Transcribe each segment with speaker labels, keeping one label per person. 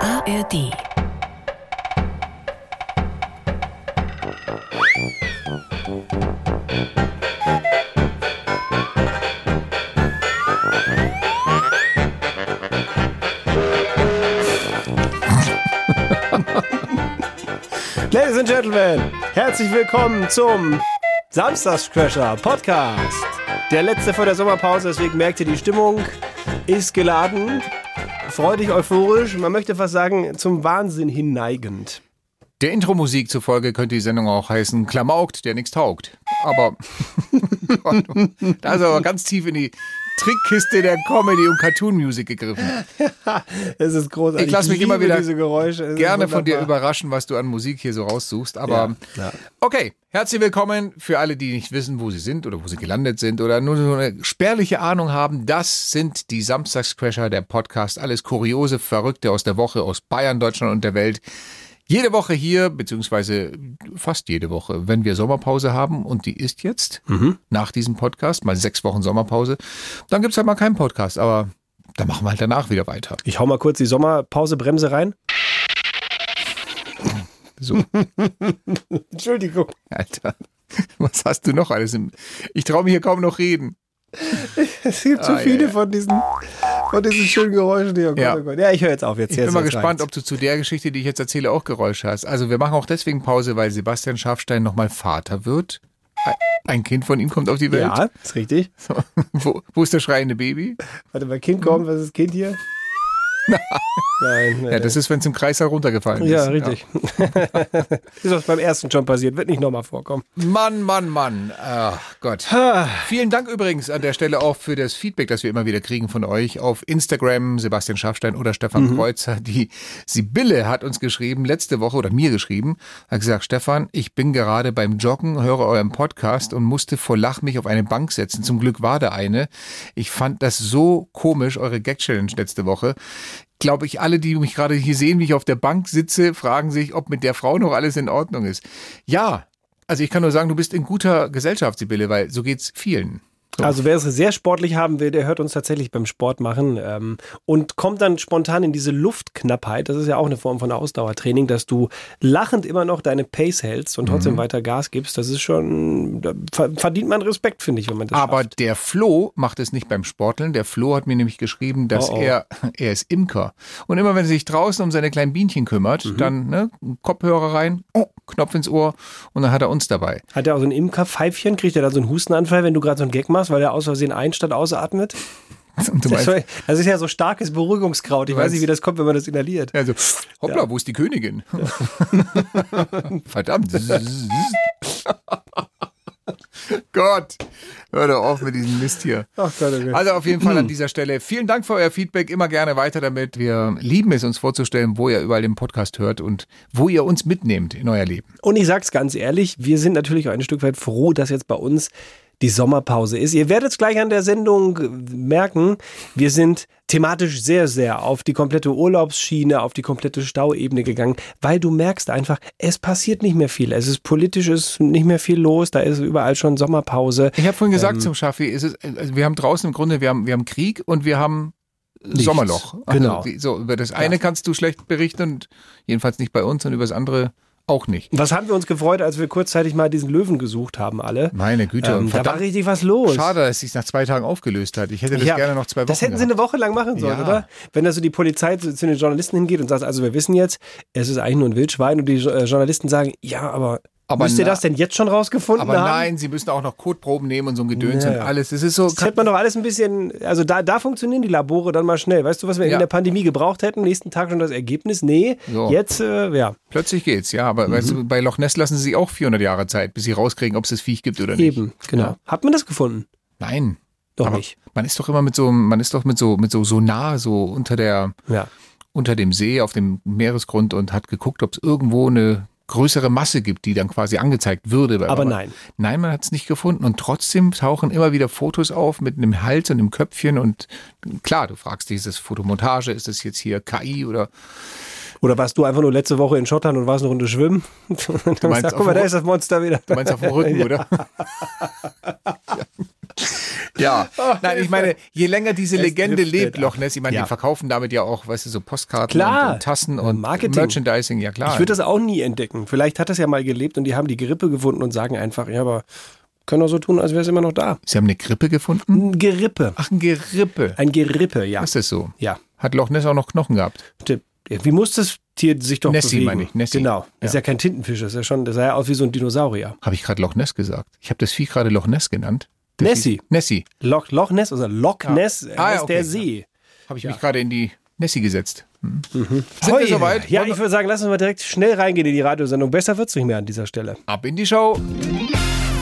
Speaker 1: ARD.
Speaker 2: Ladies and Gentlemen, herzlich willkommen zum Samstagscrasher Podcast. Der letzte vor der Sommerpause, deswegen merkt ihr, die Stimmung ist geladen, freudig, euphorisch, man möchte fast sagen, zum Wahnsinn hinneigend.
Speaker 3: Der Intro-Musik zufolge könnte die Sendung auch heißen Klamaukt, der nichts taugt. Aber da ist aber ganz tief in die Trickkiste der Comedy und Cartoon-Musik gegriffen.
Speaker 2: Es ist großartig.
Speaker 3: Ich lass mich
Speaker 2: liebe
Speaker 3: immer wieder
Speaker 2: diese Geräusche. Es ist
Speaker 3: Gerne von dir
Speaker 2: wunderbar.
Speaker 3: überraschen, was du an Musik hier so raussuchst. Aber okay, herzlich willkommen für alle, die nicht wissen, wo sie sind oder wo sie gelandet sind oder nur so eine spärliche Ahnung haben. Das sind die Samstagscrasher, der Podcast. Alles kuriose, verrückte aus der Woche, aus Bayern, Deutschland und der Welt. Jede Woche hier, beziehungsweise fast jede Woche, wenn wir Sommerpause haben, und die ist jetzt nach diesem Podcast, mal sechs Wochen Sommerpause, dann gibt's halt mal keinen Podcast, aber da machen wir halt danach wieder weiter.
Speaker 2: Ich hau mal kurz die Sommerpausebremse rein.
Speaker 3: So.
Speaker 2: Entschuldigung.
Speaker 3: Alter, was hast du noch alles im. Ich traue mir hier kaum noch reden.
Speaker 2: Es gibt zu
Speaker 3: Ah, ja,
Speaker 2: viele
Speaker 3: ja.
Speaker 2: von diesen, von diesen schönen Geräuschen. Die oh Gott,
Speaker 3: Ja.
Speaker 2: oh Gott. ja, ich höre jetzt auf. Jetzt,
Speaker 3: Ich
Speaker 2: jetzt,
Speaker 3: bin mal
Speaker 2: jetzt
Speaker 3: gespannt,
Speaker 2: reicht's.
Speaker 3: ob du zu der Geschichte, die ich jetzt erzähle, auch Geräusche hast. Also, wir machen auch deswegen Pause, weil Sebastian Schafstein nochmal Vater wird. Ein Kind von ihm kommt auf die Welt.
Speaker 2: Ja, ist richtig.
Speaker 3: So, wo, wo ist das schreiende Baby?
Speaker 2: Warte mal, Kind kommt, was ist Kind hier? Nein. nein
Speaker 3: Ja, das
Speaker 2: nein.
Speaker 3: ist, wenn es im Kreis heruntergefallen ist.
Speaker 2: Äh. ja richtig. ist uns beim ersten schon passiert, wird nicht nochmal vorkommen.
Speaker 3: Mann, Mann, Mann. Ach Gott. Vielen Dank übrigens an der Stelle auch für das Feedback, das wir immer wieder kriegen von euch auf Instagram, Sebastian Schafstein oder Stefan Kreuzer. Die Sibylle hat uns geschrieben, letzte Woche oder mir geschrieben, hat gesagt, Stefan, ich bin gerade beim Joggen, höre euren Podcast und musste vor Lach mich auf eine Bank setzen. Zum Glück war da eine. Ich fand das so komisch, eure Gag-Challenge letzte Woche. Glaube ich, alle, die mich gerade hier sehen, wie ich auf der Bank sitze, fragen sich, ob mit der Frau noch alles in Ordnung ist. Ja, also ich kann nur sagen, du bist in guter Gesellschaft, Sibylle, weil so geht's vielen. So.
Speaker 2: Also wer es sehr sportlich haben will, der hört uns tatsächlich beim Sport machen ähm, und kommt dann spontan in diese Luftknappheit. Das ist ja auch eine Form von Ausdauertraining, dass du lachend immer noch deine Pace hältst und
Speaker 3: Mhm.
Speaker 2: trotzdem weiter Gas gibst. Das ist schon, da ver- verdient man Respekt, finde ich, wenn man das
Speaker 3: Aber
Speaker 2: schafft.
Speaker 3: der Flo macht es nicht beim Sporteln. Der Flo hat mir nämlich geschrieben, dass
Speaker 2: Oh, oh.
Speaker 3: er, er ist Imker. Und immer wenn er sich draußen um seine kleinen Bienchen kümmert,
Speaker 2: Mhm.
Speaker 3: dann ne, Kopfhörer rein, oh, Knopf ins Ohr und dann hat er uns dabei.
Speaker 2: Hat er auch so ein Imkerpfeifchen? Kriegt er da so einen Hustenanfall, wenn du gerade so einen Gag machst, weil er aus Versehen ein statt ausatmet?
Speaker 3: Und du
Speaker 2: Das,
Speaker 3: meinst,
Speaker 2: soll- das ist ja so starkes Beruhigungskraut. Ich weiß
Speaker 3: meinst-
Speaker 2: nicht, wie das kommt, wenn man das inhaliert.
Speaker 3: also, hoppla, wo ist die Königin? Verdammt. Gott, hör doch auf mit diesem Mist hier.
Speaker 2: Ach Gott, oh Gott.
Speaker 3: Also auf jeden Fall an dieser Stelle vielen Dank für euer Feedback. Immer gerne weiter damit. Wir lieben es, uns vorzustellen, wo ihr überall den Podcast hört und wo ihr uns mitnehmt in euer Leben.
Speaker 2: Und ich sag's ganz ehrlich, wir sind natürlich auch ein Stück weit froh, dass jetzt bei uns die Sommerpause ist. Ihr werdet es gleich an der Sendung äh, merken, wir sind thematisch sehr, sehr auf die komplette Urlaubsschiene, auf die komplette Stauebene gegangen, weil du merkst einfach, es passiert nicht mehr viel. Es ist politisch, es ist nicht mehr viel los, da ist überall schon Sommerpause.
Speaker 3: Ich habe vorhin
Speaker 2: Ähm.
Speaker 3: gesagt zum Schaffi, es ist, also wir haben draußen im Grunde, wir haben, wir haben Krieg und wir haben Sommerloch. Also,
Speaker 2: Genau.
Speaker 3: die- so, über das eine kannst du schlecht berichten und jedenfalls nicht bei uns und über das andere auch nicht.
Speaker 2: Was haben wir uns gefreut, als wir kurzzeitig mal diesen Löwen gesucht haben, alle?
Speaker 3: Meine Güte,
Speaker 2: Ähm, da war
Speaker 3: verdammt
Speaker 2: richtig was los.
Speaker 3: schade, dass sich nach zwei Tagen aufgelöst hat. Ich hätte das
Speaker 2: Ja,
Speaker 3: gerne noch zwei Wochen
Speaker 2: Das hätten sie eine Woche lang machen sollen,
Speaker 3: Ja.
Speaker 2: oder? Wenn da so die Polizei zu, zu den Journalisten hingeht und sagt, also wir wissen jetzt, es ist eigentlich nur ein Wildschwein und die Jo- äh, Journalisten sagen, ja, aber,
Speaker 3: Aber
Speaker 2: müsst ihr
Speaker 3: na-
Speaker 2: das denn jetzt schon rausgefunden
Speaker 3: aber
Speaker 2: haben?
Speaker 3: nein, sie müssen auch noch Kotproben nehmen und so ein Gedöns
Speaker 2: Ja.
Speaker 3: und alles. Es ist so
Speaker 2: Das hätte man doch alles ein bisschen, also da, da funktionieren die Labore dann mal schnell. Weißt du, was wir in
Speaker 3: Ja.
Speaker 2: der Pandemie gebraucht hätten? Nächsten Tag schon das Ergebnis? Nee,
Speaker 3: So.
Speaker 2: jetzt, äh, ja,
Speaker 3: Plötzlich geht's, ja. Aber weißt
Speaker 2: Mhm.
Speaker 3: du, bei Loch Ness lassen sie sich auch 400 Jahre Zeit, bis sie rauskriegen, ob es das Viech gibt oder nicht.
Speaker 2: eben, genau. Hat man das gefunden?
Speaker 3: Nein.
Speaker 2: Doch
Speaker 3: aber
Speaker 2: nicht.
Speaker 3: Man ist doch immer mit so, einem- man ist doch mit so, mit so Sonar so unter der,
Speaker 2: Ja.
Speaker 3: unter dem See auf dem Meeresgrund und hat geguckt, ob es irgendwo eine größere Masse gibt, die dann quasi angezeigt würde.
Speaker 2: Aber nein.
Speaker 3: Nein, man hat es nicht gefunden und trotzdem tauchen immer wieder Fotos auf mit einem Hals und einem Köpfchen und klar, du fragst dich, ist das Fotomontage, ist das jetzt hier KI oder
Speaker 2: Oder warst du einfach nur letzte Woche in Schottland und warst eine Runde schwimmen? Und dann
Speaker 3: meinst
Speaker 2: sagst,
Speaker 3: auf
Speaker 2: guck mal,
Speaker 3: dem
Speaker 2: da
Speaker 3: Ru-
Speaker 2: ist das Monster wieder.
Speaker 3: Du meinst auf dem Rücken, oder? Ja, nein, ich meine, je länger diese
Speaker 2: Es
Speaker 3: Legende
Speaker 2: driftet
Speaker 3: lebt,
Speaker 2: ab.
Speaker 3: Loch Ness, ich meine,
Speaker 2: Ja.
Speaker 3: die verkaufen damit ja auch, weißt du, so Postkarten
Speaker 2: Klar.
Speaker 3: Und, und Tassen und
Speaker 2: Marketing.
Speaker 3: Merchandising, ja klar.
Speaker 2: Ich würde das auch nie entdecken. Vielleicht hat das ja mal gelebt und die haben die Grippe gefunden und sagen einfach, ja, aber können doch so tun, als wäre es immer noch da.
Speaker 3: Sie haben eine Grippe gefunden?
Speaker 2: Ein Gerippe.
Speaker 3: Ach, ein Gerippe.
Speaker 2: Ein Gerippe, ja.
Speaker 3: Ist das so?
Speaker 2: Ja.
Speaker 3: Hat Loch Ness auch noch Knochen gehabt?
Speaker 2: Der- Irgendwie muss das Tier sich doch
Speaker 3: Nessie
Speaker 2: bewegen.
Speaker 3: meine ich, Nessie.
Speaker 2: Genau. Das ist ja kein Tintenfisch, das ist ja schon, das sah ja aus wie so ein Dinosaurier.
Speaker 3: Habe ich gerade Loch Ness gesagt? Ich habe das Vieh gerade Loch Ness genannt. Das
Speaker 2: Nessie.
Speaker 3: hieß- Nessie.
Speaker 2: Loch, Loch Ness, also Loch Ness, äh,
Speaker 3: Ah, ja,
Speaker 2: ist
Speaker 3: okay,
Speaker 2: der
Speaker 3: ja.
Speaker 2: See.
Speaker 3: Habe ich mich gerade in die Nessie gesetzt. Hm.
Speaker 1: Mhm.
Speaker 3: Sind wir soweit?
Speaker 2: Ja,
Speaker 3: Wollen
Speaker 2: ich würde sagen, lass uns mal direkt schnell reingehen in die Radiosendung. Besser wird's nicht mehr an dieser Stelle.
Speaker 3: wir ab in die Show.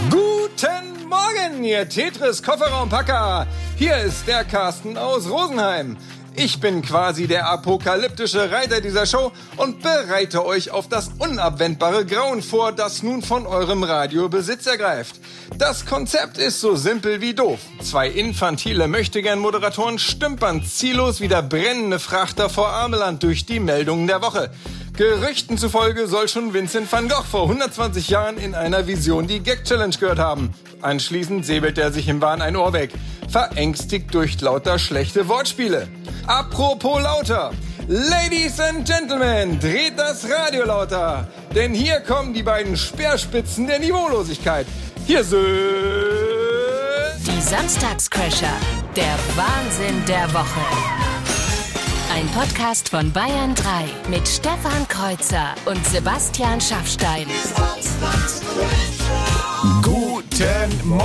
Speaker 1: Guten Morgen, ihr Tetris-Kofferraumpacker! Hier ist der Carsten aus Rosenheim. Ich bin quasi der apokalyptische Reiter dieser Show und bereite euch auf das unabwendbare Grauen vor, das nun von eurem Radio Besitz ergreift. Das Konzept ist so simpel wie doof. Zwei infantile Möchtegern-Moderatoren stümpern ziellos wie der brennende Frachter vor Ameland durch die Meldungen der Woche. Gerüchten zufolge soll schon Vincent van Gogh vor 120 Jahren in einer Vision die Gag Challenge gehört haben. Anschließend säbelt er sich im Wahn ein Ohr weg, verängstigt durch lauter schlechte Wortspiele. Apropos lauter. Ladies and Gentlemen, dreht das Radio lauter, denn hier kommen die beiden Speerspitzen der Niveaulosigkeit. Hier sind
Speaker 4: Die Samstagscrasher. Der Wahnsinn der Woche. Ein Podcast von Bayern 3 mit Stefan Kreuzer und Sebastian Schaffstein.
Speaker 3: Guten Morgen!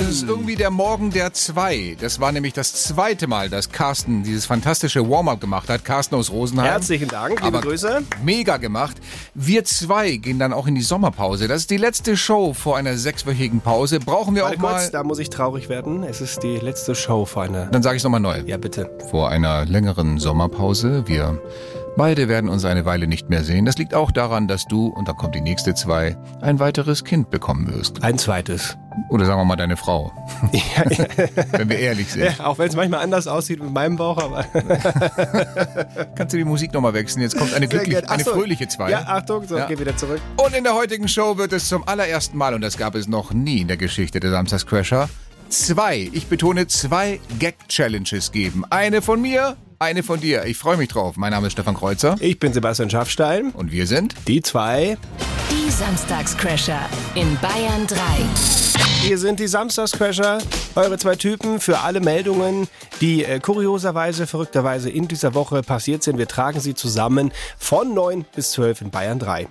Speaker 3: Es ist irgendwie der Morgen der zwei. Das war nämlich das zweite Mal, dass Carsten dieses fantastische Warm-up gemacht hat. Carsten aus Rosenheim.
Speaker 2: Herzlichen Dank, liebe
Speaker 3: Aber
Speaker 2: Grüße.
Speaker 3: Mega gemacht. Wir zwei gehen dann auch in die Sommerpause. Das ist die letzte Show vor einer sechswöchigen Pause. Brauchen wir
Speaker 2: Warte
Speaker 3: auch mal.
Speaker 2: kurz, da muss ich traurig werden. Es ist die letzte Show für eine.
Speaker 3: Dann sage ich nochmal neu.
Speaker 2: Ja, bitte.
Speaker 3: vor einer längeren Sommerpause. Wir beide werden uns eine Weile nicht mehr sehen. Das liegt auch daran, dass du, und da kommt die nächste zwei, ein weiteres Kind bekommen wirst.
Speaker 2: Ein zweites.
Speaker 3: Oder sagen wir mal deine Frau, wenn wir ehrlich sind.
Speaker 2: Auch wenn es manchmal anders aussieht mit meinem Bauch, aber.
Speaker 3: Kannst du die Musik nochmal wechseln? Jetzt kommt eine, glückliche, eine fröhliche zwei.
Speaker 2: Ja, ah. Achtung, so,
Speaker 3: Ja.
Speaker 2: geh wieder zurück.
Speaker 3: Und in der heutigen Show wird es zum allerersten Mal, und das gab es noch nie in der Geschichte der Samstagscrasher, zwei, ich betone zwei Gag-Challenges geben. Eine von mir, eine von dir. Ich freue mich drauf. Mein Name ist Stefan Kreuzer
Speaker 2: Ich bin Sebastian Schaffstein.
Speaker 3: und wir sind
Speaker 2: Die zwei.
Speaker 4: Die Samstagscrasher in Bayern 3.
Speaker 2: Hier sind die Samstagscrasher, eure zwei Typen für alle Meldungen, die äh, kurioserweise, verrückterweise in dieser Woche passiert sind. Wir tragen sie zusammen von 9 bis 12 in Bayern 3.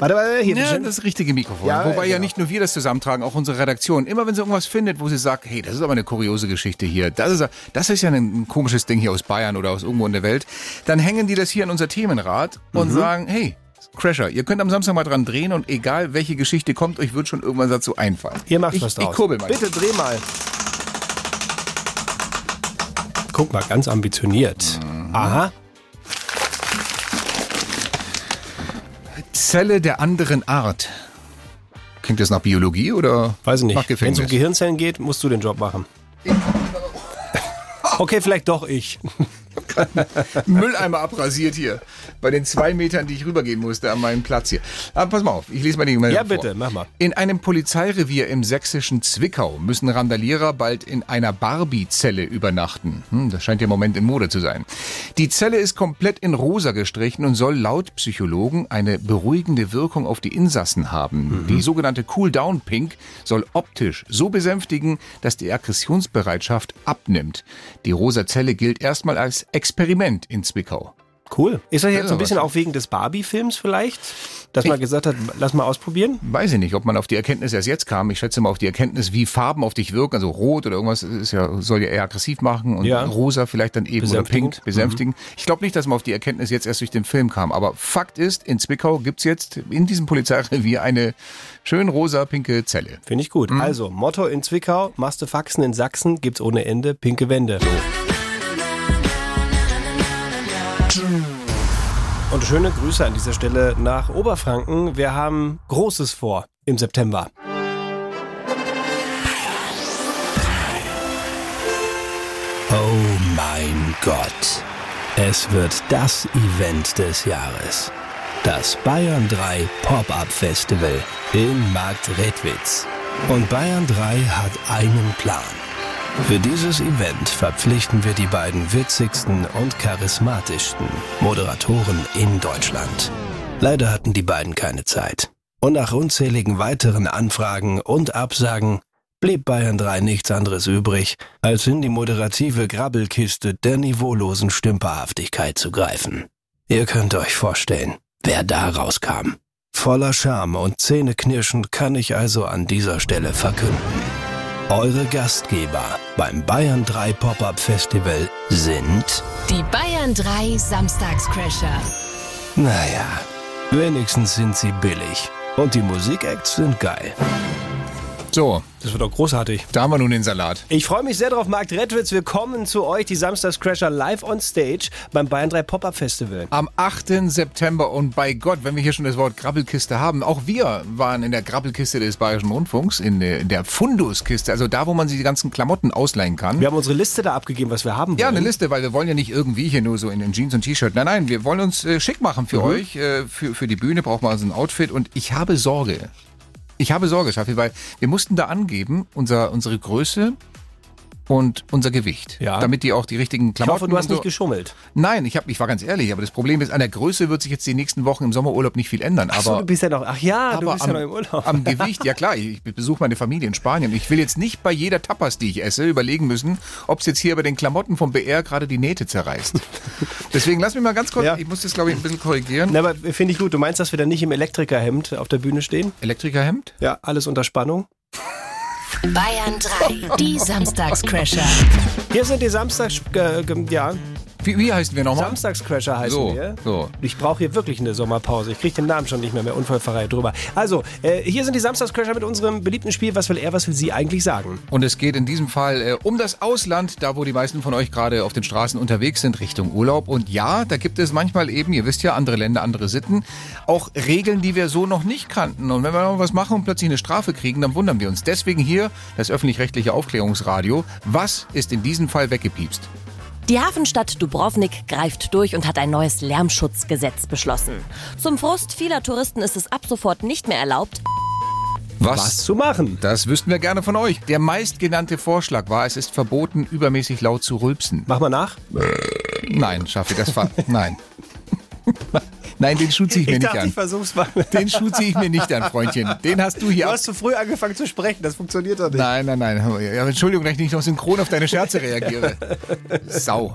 Speaker 2: Warte, warte, hier
Speaker 3: Ja,
Speaker 2: bitte.
Speaker 3: das richtige Mikrofon.
Speaker 2: Ja,
Speaker 3: Wobei ja
Speaker 2: genau.
Speaker 3: nicht nur wir das zusammentragen, auch unsere Redaktion. Immer wenn sie irgendwas findet, wo sie sagt, hey, das ist aber eine kuriose Geschichte hier, das ist, das ist ja ein komisches Ding hier aus Bayern oder aus irgendwo in der Welt, dann hängen die das hier an unser Themenrad
Speaker 2: Mhm.
Speaker 3: und sagen, hey, Crasher, ihr könnt am Samstag mal dran drehen und egal welche Geschichte kommt, euch wird schon irgendwann dazu einfallen.
Speaker 2: Ihr macht
Speaker 3: ich,
Speaker 2: was draus.
Speaker 3: Ich kurbel mal.
Speaker 2: Bitte dreh mal. Guck mal, ganz ambitioniert.
Speaker 3: Mhm.
Speaker 2: Aha.
Speaker 3: Zelle der anderen Art. Klingt das nach Biologie oder?
Speaker 2: Weiß ich nicht.
Speaker 3: Nach
Speaker 2: Wenn es
Speaker 3: Gefängnis.
Speaker 2: um Gehirnzellen geht, musst du den Job machen. Okay, vielleicht doch ich.
Speaker 3: Mülleimer abrasiert hier. Bei den zwei Metern, die ich rübergehen musste an meinem Platz hier. Aber pass mal auf, ich lese mal die Meldung
Speaker 2: Ja,
Speaker 3: vor.
Speaker 2: bitte, mach mal.
Speaker 3: In einem Polizeirevier im sächsischen Zwickau müssen Randalierer bald in einer Barbie-Zelle übernachten. Hm, das scheint ja im Moment in Mode zu sein. Die Zelle ist komplett in rosa gestrichen und soll laut Psychologen eine beruhigende Wirkung auf die Insassen haben. Die sogenannte Cool-Down-Pink soll optisch so besänftigen, dass die Aggressionsbereitschaft abnimmt. Die rosa Zelle gilt erstmal als Experiment in Zwickau.
Speaker 2: Cool. Ist das jetzt
Speaker 3: Ja,
Speaker 2: so ein bisschen
Speaker 3: was-
Speaker 2: auch wegen des Barbie-Films vielleicht? Dass man gesagt hat, lass mal ausprobieren?
Speaker 3: Weiß ich nicht, ob man auf die Erkenntnis erst jetzt kam. Ich schätze mal auf die Erkenntnis, wie Farben auf dich wirken. Also rot oder irgendwas ist ja, soll ja eher aggressiv machen und
Speaker 2: Ja.
Speaker 3: rosa vielleicht dann eben oder
Speaker 2: Besänftigend. Mhm.
Speaker 3: pink besänftigen. Ich glaube nicht, dass man auf die Erkenntnis jetzt erst durch den Film kam. Aber Fakt ist, in Zwickau gibt's jetzt in diesem Polizeirevier eine schön rosa-pinke Zelle.
Speaker 2: Finde ich gut. Also, Motto in Zwickau, machst du Faxen in Sachsen, gibt's ohne Ende pinke Wände. Und schöne Grüße an dieser Stelle nach Oberfranken. Wir haben Großes vor im September. Oh mein Gott. Es wird das Event des Jahres. Das Bayern 3 Pop-Up Festival im Markt Redwitz. Und Bayern 3 hat einen Plan.
Speaker 5: Für dieses Event verpflichten wir die beiden witzigsten und charismatischsten Moderatoren in Deutschland. Leider hatten die beiden keine Zeit. Und nach unzähligen weiteren Anfragen und Absagen blieb Bayern 3 nichts anderes übrig, als in die moderative Grabbelkiste der niveaulosen Stümperhaftigkeit zu greifen. Ihr könnt euch vorstellen, wer da rauskam. Voller Scham und Zähneknirschen kann ich also an dieser Stelle verkünden. Eure Gastgeber beim Bayern 3 Pop-Up Festival sind,
Speaker 4: Die Bayern 3 Samstagscrasher.
Speaker 5: naja, wenigstens sind sie billig und die Musikacts sind geil.
Speaker 3: So,
Speaker 2: Das wird doch großartig.
Speaker 3: da haben wir nun den Salat.
Speaker 2: Ich freue mich sehr drauf, Marc Redwitz. Wir kommen zu euch, die Samstagscrasher live on stage beim Bayern 3 Pop-Up Festival.
Speaker 3: Am 8. September und bei Gott, wenn wir hier schon das Wort Grabbelkiste haben, auch wir waren in der Grabbelkiste des Bayerischen Rundfunks, in der, in der Funduskiste, also da, wo man sich die ganzen Klamotten ausleihen kann.
Speaker 2: Wir haben unsere Liste da abgegeben, was wir haben wollen.
Speaker 3: Ja, eine Liste, weil wir wollen ja nicht irgendwie hier nur so in, in Jeans und T-Shirt. Nein, nein, wir wollen uns äh, schick machen
Speaker 2: Mhm.
Speaker 3: für euch. Äh, für, für die Bühne braucht man also ein Outfit und ich habe Sorge. Ich habe Sorge, Schaffi, weil wir mussten da angeben, unser, unsere Größe und unser Gewicht.
Speaker 2: Ja.
Speaker 3: Damit die auch die richtigen
Speaker 2: ich
Speaker 3: Klamotten
Speaker 2: hoffe, du hast
Speaker 3: und so-
Speaker 2: nicht geschummelt.
Speaker 3: Nein, ich, hab, ich war ganz ehrlich, aber das Problem ist, an der Größe wird sich jetzt die nächsten Wochen im Sommerurlaub nicht viel ändern.
Speaker 2: Ach so,
Speaker 3: aber
Speaker 2: du bist ja noch. Ach ja, Ah, du
Speaker 3: Oh. aber
Speaker 2: bist
Speaker 3: am,
Speaker 2: ja noch im Urlaub.
Speaker 3: am Gewicht, ja klar, ich besuche meine Familie in Spanien. Ich will jetzt nicht bei jeder Tapas, die ich esse, überlegen müssen, ob es jetzt hier bei den Klamotten vom BR gerade die Nähte zerreißt. Deswegen lass mich mal ganz kurz,
Speaker 2: Ja.
Speaker 3: ich muss das glaube ich ein bisschen korrigieren.
Speaker 2: Na, aber finde ich gut. Du meinst, dass wir dann nicht im Elektrikerhemd auf der Bühne stehen?
Speaker 3: Elektrikerhemd?
Speaker 2: Ja. Alles unter Spannung?
Speaker 4: Bayern 3, die Samstagscrasher.
Speaker 2: Hier sind die Samstags... Äh, ge- ja,
Speaker 3: Wie, wie heißen wir nochmal?
Speaker 2: Samstagscrasher heißen
Speaker 3: So,
Speaker 2: wir.
Speaker 3: so.
Speaker 2: Ich brauche hier wirklich eine Sommerpause. Ich kriege den Namen schon nicht mehr, mehr Unfallverreihe drüber. Also, äh, hier sind die Samstagscrasher mit unserem beliebten Spiel Was will er, was will sie eigentlich sagen?
Speaker 3: Und es geht in diesem Fall äh, um das Ausland, da wo die meisten von euch gerade auf den Straßen unterwegs sind, Richtung Urlaub. Und ja, da gibt es manchmal eben, ihr wisst ja, andere Länder, andere Sitten, auch Regeln, die wir so noch nicht kannten. Und wenn wir noch was machen und plötzlich eine Strafe kriegen, dann wundern wir uns. Deswegen hier das öffentlich-rechtliche Aufklärungsradio. Was ist in diesem Fall weggepiepst?
Speaker 6: Die Hafenstadt Dubrovnik greift durch und hat ein neues Lärmschutzgesetz beschlossen. Zum Frust vieler Touristen ist es ab sofort nicht mehr erlaubt,
Speaker 2: Was zu machen?
Speaker 3: Das wüssten wir gerne von euch. Der meistgenannte Vorschlag war, es ist verboten, übermäßig laut zu rülpsen.
Speaker 2: Mach mal nach.
Speaker 3: Nein, Schaffi, das war... Nein. Nein, den Schuh ziehe ich mir nicht an.
Speaker 2: versuch's mal.
Speaker 3: Den Schuh ziehe ich mir nicht an, Freundchen. Den hast du hier
Speaker 2: Du
Speaker 3: ab-
Speaker 2: hast zu früh angefangen zu sprechen, das funktioniert doch nicht.
Speaker 3: Nein, nein, nein. Ja, Entschuldigung, dass ich nicht noch synchron auf deine Scherze reagiere. Sau.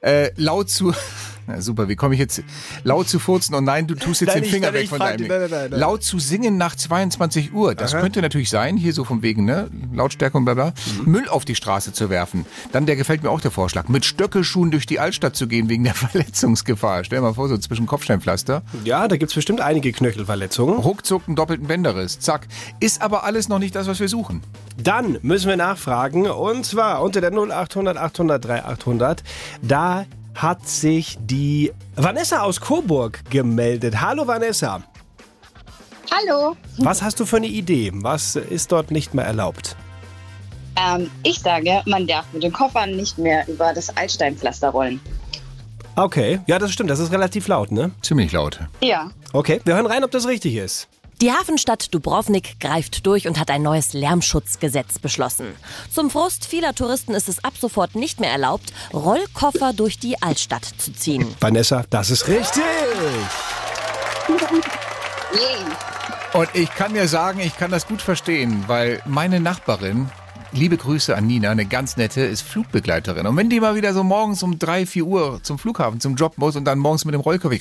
Speaker 3: Äh, laut zu. Na super, wie komme ich jetzt? Laut zu furzen und nein, du tust jetzt
Speaker 2: Nein,
Speaker 3: den
Speaker 2: ich-
Speaker 3: Finger
Speaker 2: nein,
Speaker 3: weg
Speaker 2: ich
Speaker 3: von
Speaker 2: frag
Speaker 3: deinem.
Speaker 2: dich,
Speaker 3: Ding.
Speaker 2: nein, nein, nein, nein.
Speaker 3: Laut zu singen nach 22 Uhr. Das könnte natürlich sein, hier so vom wegen, ne? Lautstärke und bla bla.
Speaker 2: Mhm.
Speaker 3: Müll auf die Straße zu werfen. Dann, der gefällt mir auch der Vorschlag. Mit Stöckelschuhen durch die Altstadt zu gehen wegen der Verletzungsgefahr. Stell dir mal vor, so zwischen Kopfsteinpflaster.
Speaker 2: Ja, da gibt's bestimmt einige Knöchelverletzungen.
Speaker 3: Ruckzuck einen doppelten Bänderriss. Zack. Ist aber alles noch nicht das, was wir suchen.
Speaker 2: Dann müssen wir nachfragen und zwar unter der 0800 800 3800. Da hat sich die Vanessa aus Coburg gemeldet. Hallo Vanessa,
Speaker 7: Hallo.
Speaker 2: was hast du für eine Idee? Was ist dort nicht mehr erlaubt?
Speaker 7: Ähm, ich sage, man darf mit den Koffern nicht mehr über das Altsteinpflaster rollen.
Speaker 2: Okay, ja, das stimmt, das ist relativ laut, ne?
Speaker 3: Ziemlich laut.
Speaker 7: Ja.
Speaker 2: Okay, wir hören rein, ob das richtig ist.
Speaker 6: Die Hafenstadt Dubrovnik greift durch und hat ein neues Lärmschutzgesetz beschlossen. Zum Frust vieler Touristen ist es ab sofort nicht mehr erlaubt, Rollkoffer durch die Altstadt zu ziehen.
Speaker 2: Vanessa, das ist richtig.
Speaker 7: Yay.
Speaker 3: Und ich kann dir sagen, ich kann das gut verstehen, weil meine Nachbarin, liebe Grüße an Nina, eine ganz nette, ist Flugbegleiterin. Und wenn die mal wieder so morgens um drei, vier Uhr zum Flughafen, zum Job muss und dann morgens mit dem Rollkoffer,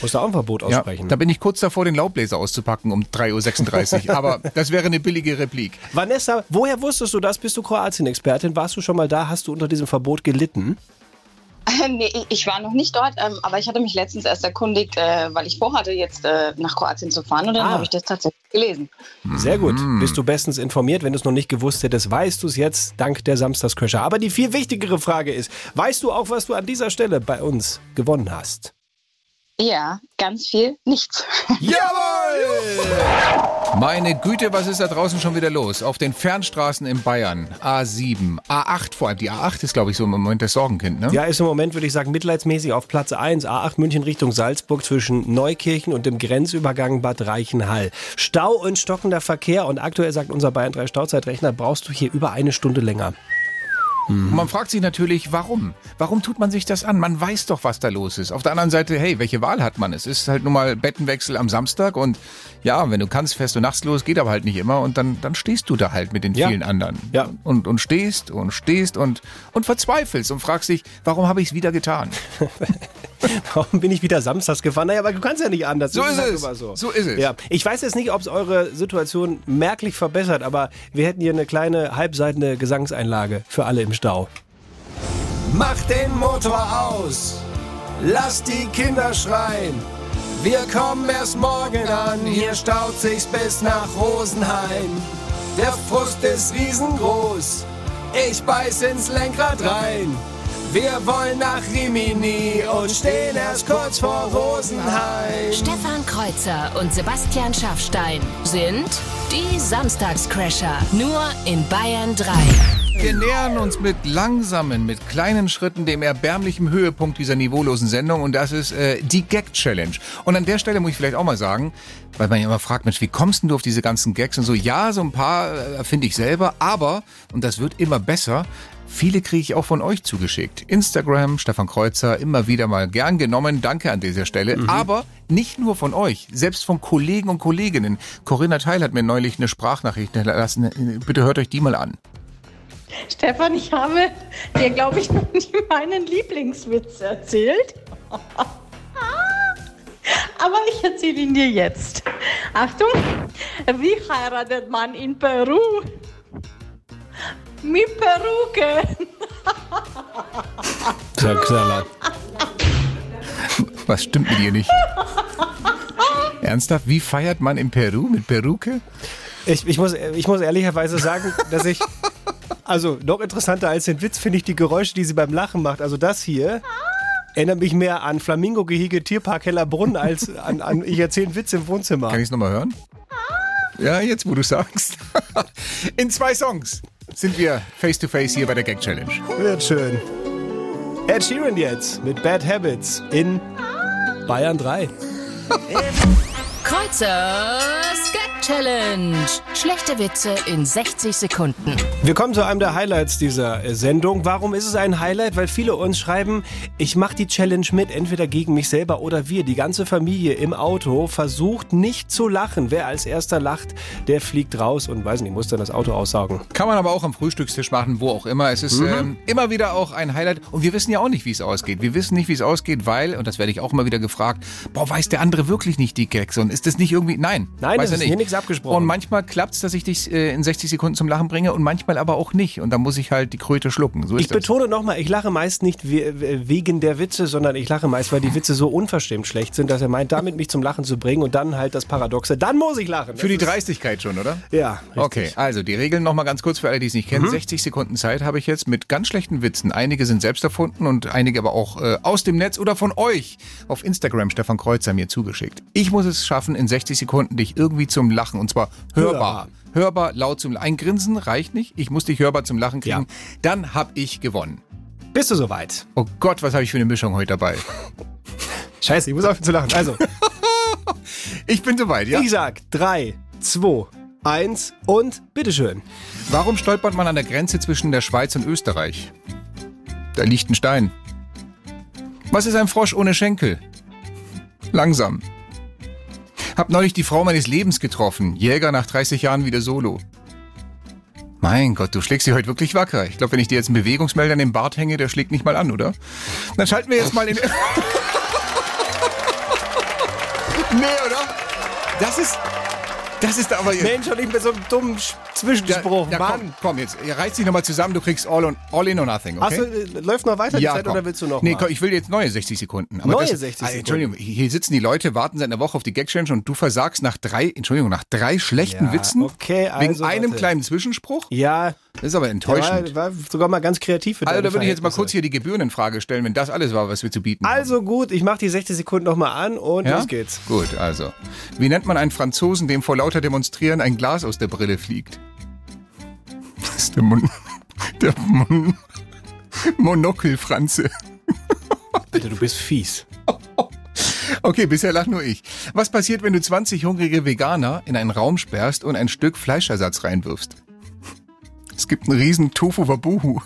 Speaker 2: Muss da auch ein Verbot
Speaker 3: ja,
Speaker 2: aussprechen.
Speaker 3: da bin ich kurz davor, den Laubbläser auszupacken um 3.36 Uhr. Aber das wäre eine billige Replik.
Speaker 2: Vanessa, woher wusstest du das? Bist du Kroatien-Expertin? Warst du schon mal da? Hast du unter diesem Verbot gelitten?
Speaker 7: nee, ich- ich war noch nicht dort, ähm, aber ich hatte mich letztens erst erkundigt, äh, weil ich vorhatte, jetzt äh, nach Kroatien zu fahren und dann
Speaker 2: Ah.
Speaker 7: habe ich das tatsächlich gelesen.
Speaker 2: Sehr gut. Bist du bestens informiert. Wenn du es noch nicht gewusst hättest, weißt du es jetzt dank der Samstagsköcher. Aber die viel wichtigere Frage ist, weißt du auch, was du an dieser Stelle bei uns gewonnen hast?
Speaker 7: Ja, ganz viel nichts.
Speaker 2: Jawohl!
Speaker 3: Meine Güte, was ist da draußen schon wieder los? Auf den Fernstraßen in Bayern. A7, A8 vor allem. Die A8 ist, glaube ich, so im Moment das Sorgenkind, ne?
Speaker 2: Ja, ist im Moment, würde ich sagen, mitleidsmäßig auf Platz 1, A8 München Richtung Salzburg zwischen Neukirchen und dem Grenzübergang Bad Reichenhall. Stau und stockender Verkehr und aktuell sagt unser Bayern 3 Stauzeitrechner, brauchst du hier über eine Stunde länger.
Speaker 3: Und man fragt sich natürlich, warum? Warum tut man sich das an? Man weiß doch, was da los ist. Auf der anderen Seite, hey, welche Wahl hat man? Es ist halt nun mal Bettenwechsel am Samstag und ja, wenn du kannst, fährst du nachts los, geht aber halt nicht immer und dann, dann stehst du da halt mit den
Speaker 2: Ja.
Speaker 3: vielen anderen.
Speaker 2: Ja.
Speaker 3: Und, und stehst und stehst und, und verzweifelst und fragst dich, warum habe ich es wieder getan?
Speaker 2: Warum bin ich wieder samstags gefahren? Naja, aber du kannst ja nicht anders.
Speaker 3: So
Speaker 2: Das
Speaker 3: ist
Speaker 2: halt
Speaker 3: es.
Speaker 2: immer So.
Speaker 3: So ist es.
Speaker 2: Ja. Ich weiß jetzt nicht, ob es eure Situation merklich verbessert, aber wir hätten hier eine kleine halbseitende Gesangseinlage für alle im Stau.
Speaker 5: Mach den Motor aus. Lass die Kinder schreien. Wir kommen erst morgen an. Hier staut sich's bis nach Rosenheim. Der Frust ist riesengroß. Ich beiß ins Lenkrad rein. Wir wollen nach Rimini und stehen erst kurz vor Rosenheim.
Speaker 4: Stefan Kreuzer und Sebastian Schaffstein sind die Samstagscrasher. Nur in Bayern 3.
Speaker 3: Wir nähern uns mit langsamen, mit kleinen Schritten dem erbärmlichen Höhepunkt dieser niveaulosen Sendung und das ist äh, die Gag-Challenge. Und an der Stelle muss ich vielleicht auch mal sagen, weil man ja immer fragt, Mensch, wie kommst denn du auf diese ganzen Gags und so? Ja, so ein paar äh, finde ich selber, aber, und das wird immer besser, viele kriege ich auch von euch zugeschickt. Instagram, Stefan Kreuzer, immer wieder mal gern genommen, danke an dieser Stelle. Aber nicht nur von euch, selbst von Kollegen und Kolleginnen. Corinna Teil hat mir neulich eine Sprachnachricht hinterlassen, bitte hört euch die mal an.
Speaker 8: Stefan, ich habe dir, glaube ich, noch nie meinen Lieblingswitz erzählt.
Speaker 4: Ah.
Speaker 8: Aber ich erzähle ihn dir jetzt. Achtung, wie heiratet man in Peru? Mit Peruke.
Speaker 2: So, Knaller.
Speaker 3: Was stimmt mit ihr nicht? Ernsthaft, wie feiert man in Peru mit Peruke?
Speaker 2: Ich, ich, muss, ich muss ehrlicherweise sagen, dass ich. Also, noch interessanter als den Witz finde ich die Geräusche, die sie beim Lachen macht. Also, das hier erinnert mich mehr an Flamingo-Gehege, Tierpark Hellerbrunn als an, an ich erzähle einen Witz im Wohnzimmer.
Speaker 3: Kann ich es nochmal hören? Ja, jetzt wo du sagst. In zwei Songs sind wir face to face hier bei der Gag Challenge.
Speaker 2: Wird schön. Ed Sheeran jetzt mit Bad Habits in Bayern 3.
Speaker 4: Kreuzers Gag Challenge. Schlechte Witze in 60 Sekunden.
Speaker 2: Wir kommen zu einem der Highlights dieser äh, Sendung. Warum ist es ein Highlight? Weil viele uns schreiben, ich mache die Challenge mit, entweder gegen mich selber oder wir. Die ganze Familie im Auto versucht nicht zu lachen. Wer als erster lacht, der fliegt raus und weiß nicht, muss dann das Auto aussaugen.
Speaker 3: Kann man aber auch am Frühstückstisch machen, wo auch immer. Es
Speaker 2: Mhm.
Speaker 3: ist ähm, immer wieder auch ein Highlight. Und wir wissen ja auch nicht, wie es ausgeht. Wir wissen nicht, wie es ausgeht, weil, und das werde ich auch immer wieder gefragt, boah, weiß der andere wirklich nicht die Gags? Und ist das nicht irgendwie... Nein,
Speaker 2: Nein, das
Speaker 3: weiß er
Speaker 2: ist
Speaker 3: nicht.
Speaker 2: hier nichts abgesprochen.
Speaker 3: Und manchmal klappt es, dass ich dich äh, in 60 Sekunden zum Lachen bringe und manchmal aber auch nicht. Und dann muss ich halt die Kröte schlucken. So
Speaker 2: Ich
Speaker 3: ist das.
Speaker 2: betone nochmal, ich lache meist nicht we- we- wegen der Witze, sondern ich lache meist, weil die Witze so unverschämt schlecht sind, dass er meint, damit mich zum Lachen zu bringen und dann halt das Paradoxe. Dann muss ich lachen.
Speaker 3: Für die
Speaker 2: Das
Speaker 3: Dreistigkeit schon, oder?
Speaker 2: ist- Ja, richtig.
Speaker 3: Okay, also die Regeln nochmal ganz kurz für alle, die es nicht kennen. 60 Sekunden Zeit habe ich jetzt mit ganz schlechten Witzen. Einige sind selbst erfunden und einige aber auch äh, aus dem Netz oder von euch auf Instagram Stefan Kreuzer mir zugeschickt. Ich muss es schaffen, in 60 Sekunden dich irgendwie zum Lachen und zwar hörbar.
Speaker 2: Hörbar.
Speaker 3: Hörbar, laut zum Ein Grinsen reicht nicht. Ich muss dich hörbar zum Lachen kriegen. Dann habe ich gewonnen.
Speaker 2: Bist du soweit?
Speaker 3: Oh Gott, was habe ich für eine Mischung heute dabei.
Speaker 2: Scheiße, ich muss aufhören zu lachen. Also.
Speaker 3: Ich bin soweit, ja?
Speaker 2: Ich sag 3, 2, 1 und bitteschön.
Speaker 3: Warum stolpert man an der Grenze zwischen der Schweiz und Österreich? Da liegt ein Stein. Was ist ein Frosch ohne Schenkel? Langsam. Hab neulich die Frau meines Lebens getroffen. Jäger nach 30 Jahren wieder solo. Mein Gott, du schlägst sie heute wirklich wacker. Ich glaube, wenn ich dir jetzt einen Bewegungsmelder in den Bart hänge, der schlägt nicht mal an, oder? Dann schalten wir jetzt mal in. nee, oder? Das ist. Das ist aber jetzt.
Speaker 2: Mensch, und ich mit so einem dummen Sch- Zwischenspruch.
Speaker 3: Ja, ja, Komm,
Speaker 2: Mann.
Speaker 3: komm jetzt, reiß dich nochmal zusammen, du kriegst all, on, all in or nothing, okay?
Speaker 2: Achso, äh, läuft noch weiter die Zeit
Speaker 3: komm.
Speaker 2: oder willst du noch?
Speaker 3: Nee,
Speaker 2: mal?
Speaker 3: komm, ich will jetzt neue 60 Sekunden. Aber
Speaker 2: Neue
Speaker 3: das,
Speaker 2: 60
Speaker 3: Ah, Entschuldigung, hier sitzen die Leute, warten seit einer Woche auf die Gag-Challenge und du versagst nach drei, Entschuldigung, nach drei schlechten
Speaker 2: Ja,
Speaker 3: Witzen
Speaker 2: okay,
Speaker 3: wegen
Speaker 2: also,
Speaker 3: einem
Speaker 2: warte.
Speaker 3: kleinen Zwischenspruch?
Speaker 2: ja,
Speaker 3: Das ist aber
Speaker 2: Der war,
Speaker 3: enttäuschend.
Speaker 2: war sogar mal ganz kreativ. Für
Speaker 3: Also
Speaker 2: deine
Speaker 3: da würde ich jetzt mal kurz
Speaker 2: Verhältnisse.
Speaker 3: hier die Gebühren in Frage stellen, wenn das alles war, was wir zu bieten haben.
Speaker 2: Also gut, ich mache die 60 Sekunden nochmal an und
Speaker 3: Ja?
Speaker 2: los geht's.
Speaker 3: Gut, also. Wie nennt man einen Franzosen, dem vor lauter Demonstrieren ein Glas aus der Brille fliegt? Das ist der Mon Der Mon Monokel-Franze.
Speaker 2: Bitte, du bist fies.
Speaker 3: Okay, bisher lach nur ich. Was passiert, wenn du 20 hungrige Veganer in einen Raum sperrst und ein Stück Fleischersatz reinwirfst? Es gibt einen riesen Tofu-Wabuhu.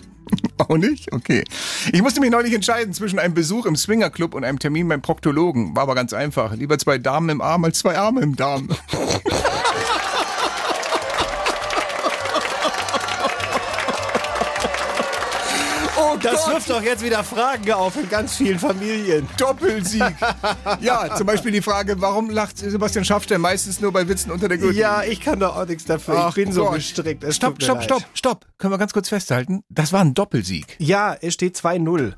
Speaker 3: Auch nicht? Okay. Ich musste mich neulich entscheiden zwischen einem Besuch im Swingerclub und einem Termin beim Proktologen. War aber ganz einfach. Lieber zwei Damen im Arm als zwei Arme im Darm. Oh
Speaker 2: Das wirft doch jetzt wieder Fragen auf in ganz vielen Familien.
Speaker 3: Doppelsieg. Ja, zum Beispiel die Frage, warum lacht Sebastian Schaffstein meistens nur bei Witzen unter der Gürtel?
Speaker 2: Ja, ich kann doch auch nichts dafür.
Speaker 3: Ach
Speaker 2: ich bin so
Speaker 3: Gott.
Speaker 2: gestrickt. Es tut
Speaker 3: Stopp,
Speaker 2: mir
Speaker 3: stopp,
Speaker 2: leid.
Speaker 3: stopp, stopp. Können wir ganz kurz festhalten? Das war ein Doppelsieg.
Speaker 2: Ja, es steht 2-0.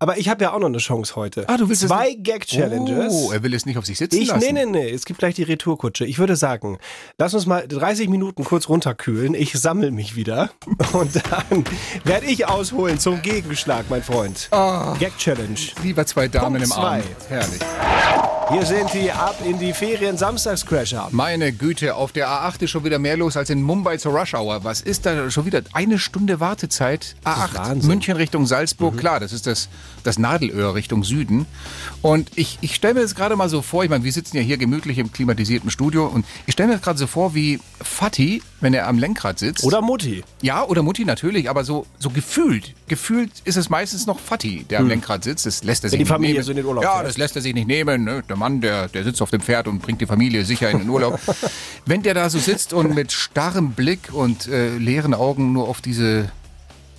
Speaker 2: Aber ich habe ja auch noch eine Chance heute.
Speaker 3: Ah, du willst es
Speaker 2: Zwei
Speaker 3: nicht-
Speaker 2: Gag-Challenges.
Speaker 3: Oh, er will es nicht auf sich sitzen
Speaker 2: Ich,
Speaker 3: lassen.
Speaker 2: nee, nee, nee, es gibt gleich die Retourkutsche. Ich würde sagen, lass uns mal 30 Minuten kurz runterkühlen. Ich sammle mich wieder. Und dann werde ich ausholen zum Gegenschlag, mein Freund.
Speaker 3: Ah.
Speaker 2: Gag-Challenge.
Speaker 3: Lieber zwei Damen
Speaker 2: Punkt
Speaker 3: im Arm.
Speaker 2: zwei.
Speaker 3: Herrlich.
Speaker 2: Hier sind die Ab in die Ferien Samstagscrasher.
Speaker 3: Meine Güte, auf der A8 ist schon wieder mehr los als in Mumbai zur Rush Hour. Was ist da schon wieder? Eine Stunde Wartezeit.
Speaker 2: ist
Speaker 3: A8,
Speaker 2: Wahnsinn. Mhm.
Speaker 3: München Richtung Salzburg. Klar, das ist das, das Nadelöhr Richtung Süden. Und ich, ich stelle mir das gerade mal so vor, ich meine, wir sitzen ja hier gemütlich im klimatisierten Studio und ich stelle mir das gerade so vor, wie Fatih, wenn er am Lenkrad sitzt.
Speaker 2: Oder Mutti.
Speaker 3: Ja, oder Mutti natürlich, aber so, so gefühlt. Gefühlt ist es meistens noch Fatih, der am Lenkrad sitzt. Das lässt er
Speaker 2: Hm.
Speaker 3: sich
Speaker 2: die
Speaker 3: nicht
Speaker 2: Familie
Speaker 3: nehmen.
Speaker 2: so in den Urlaub
Speaker 3: Ja,
Speaker 2: fährt.
Speaker 3: das lässt er sich nicht nehmen. Ne? Der Mann, der, der sitzt auf dem Pferd und bringt die Familie sicher in den Urlaub. Wenn der da so sitzt und mit starrem Blick und äh, leeren Augen nur auf diese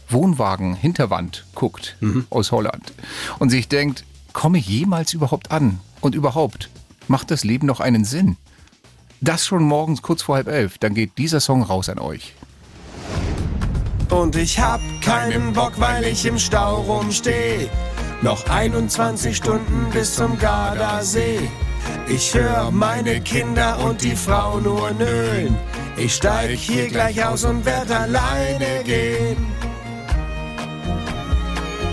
Speaker 3: Wohnwagen-Hinterwand guckt
Speaker 2: Mhm.
Speaker 3: aus Holland und sich denkt, komme ich jemals überhaupt an? Und überhaupt, macht das Leben noch einen Sinn? Das schon morgens kurz vor halb elf, dann geht dieser Song raus an euch.
Speaker 2: Und ich hab
Speaker 3: keinen Bock, weil ich im
Speaker 2: Stau rumsteh. Noch 21 Stunden bis zum Gardasee. Ich höre meine Kinder und die Frau nur nölen. Ich steig hier gleich aus und werd alleine gehen.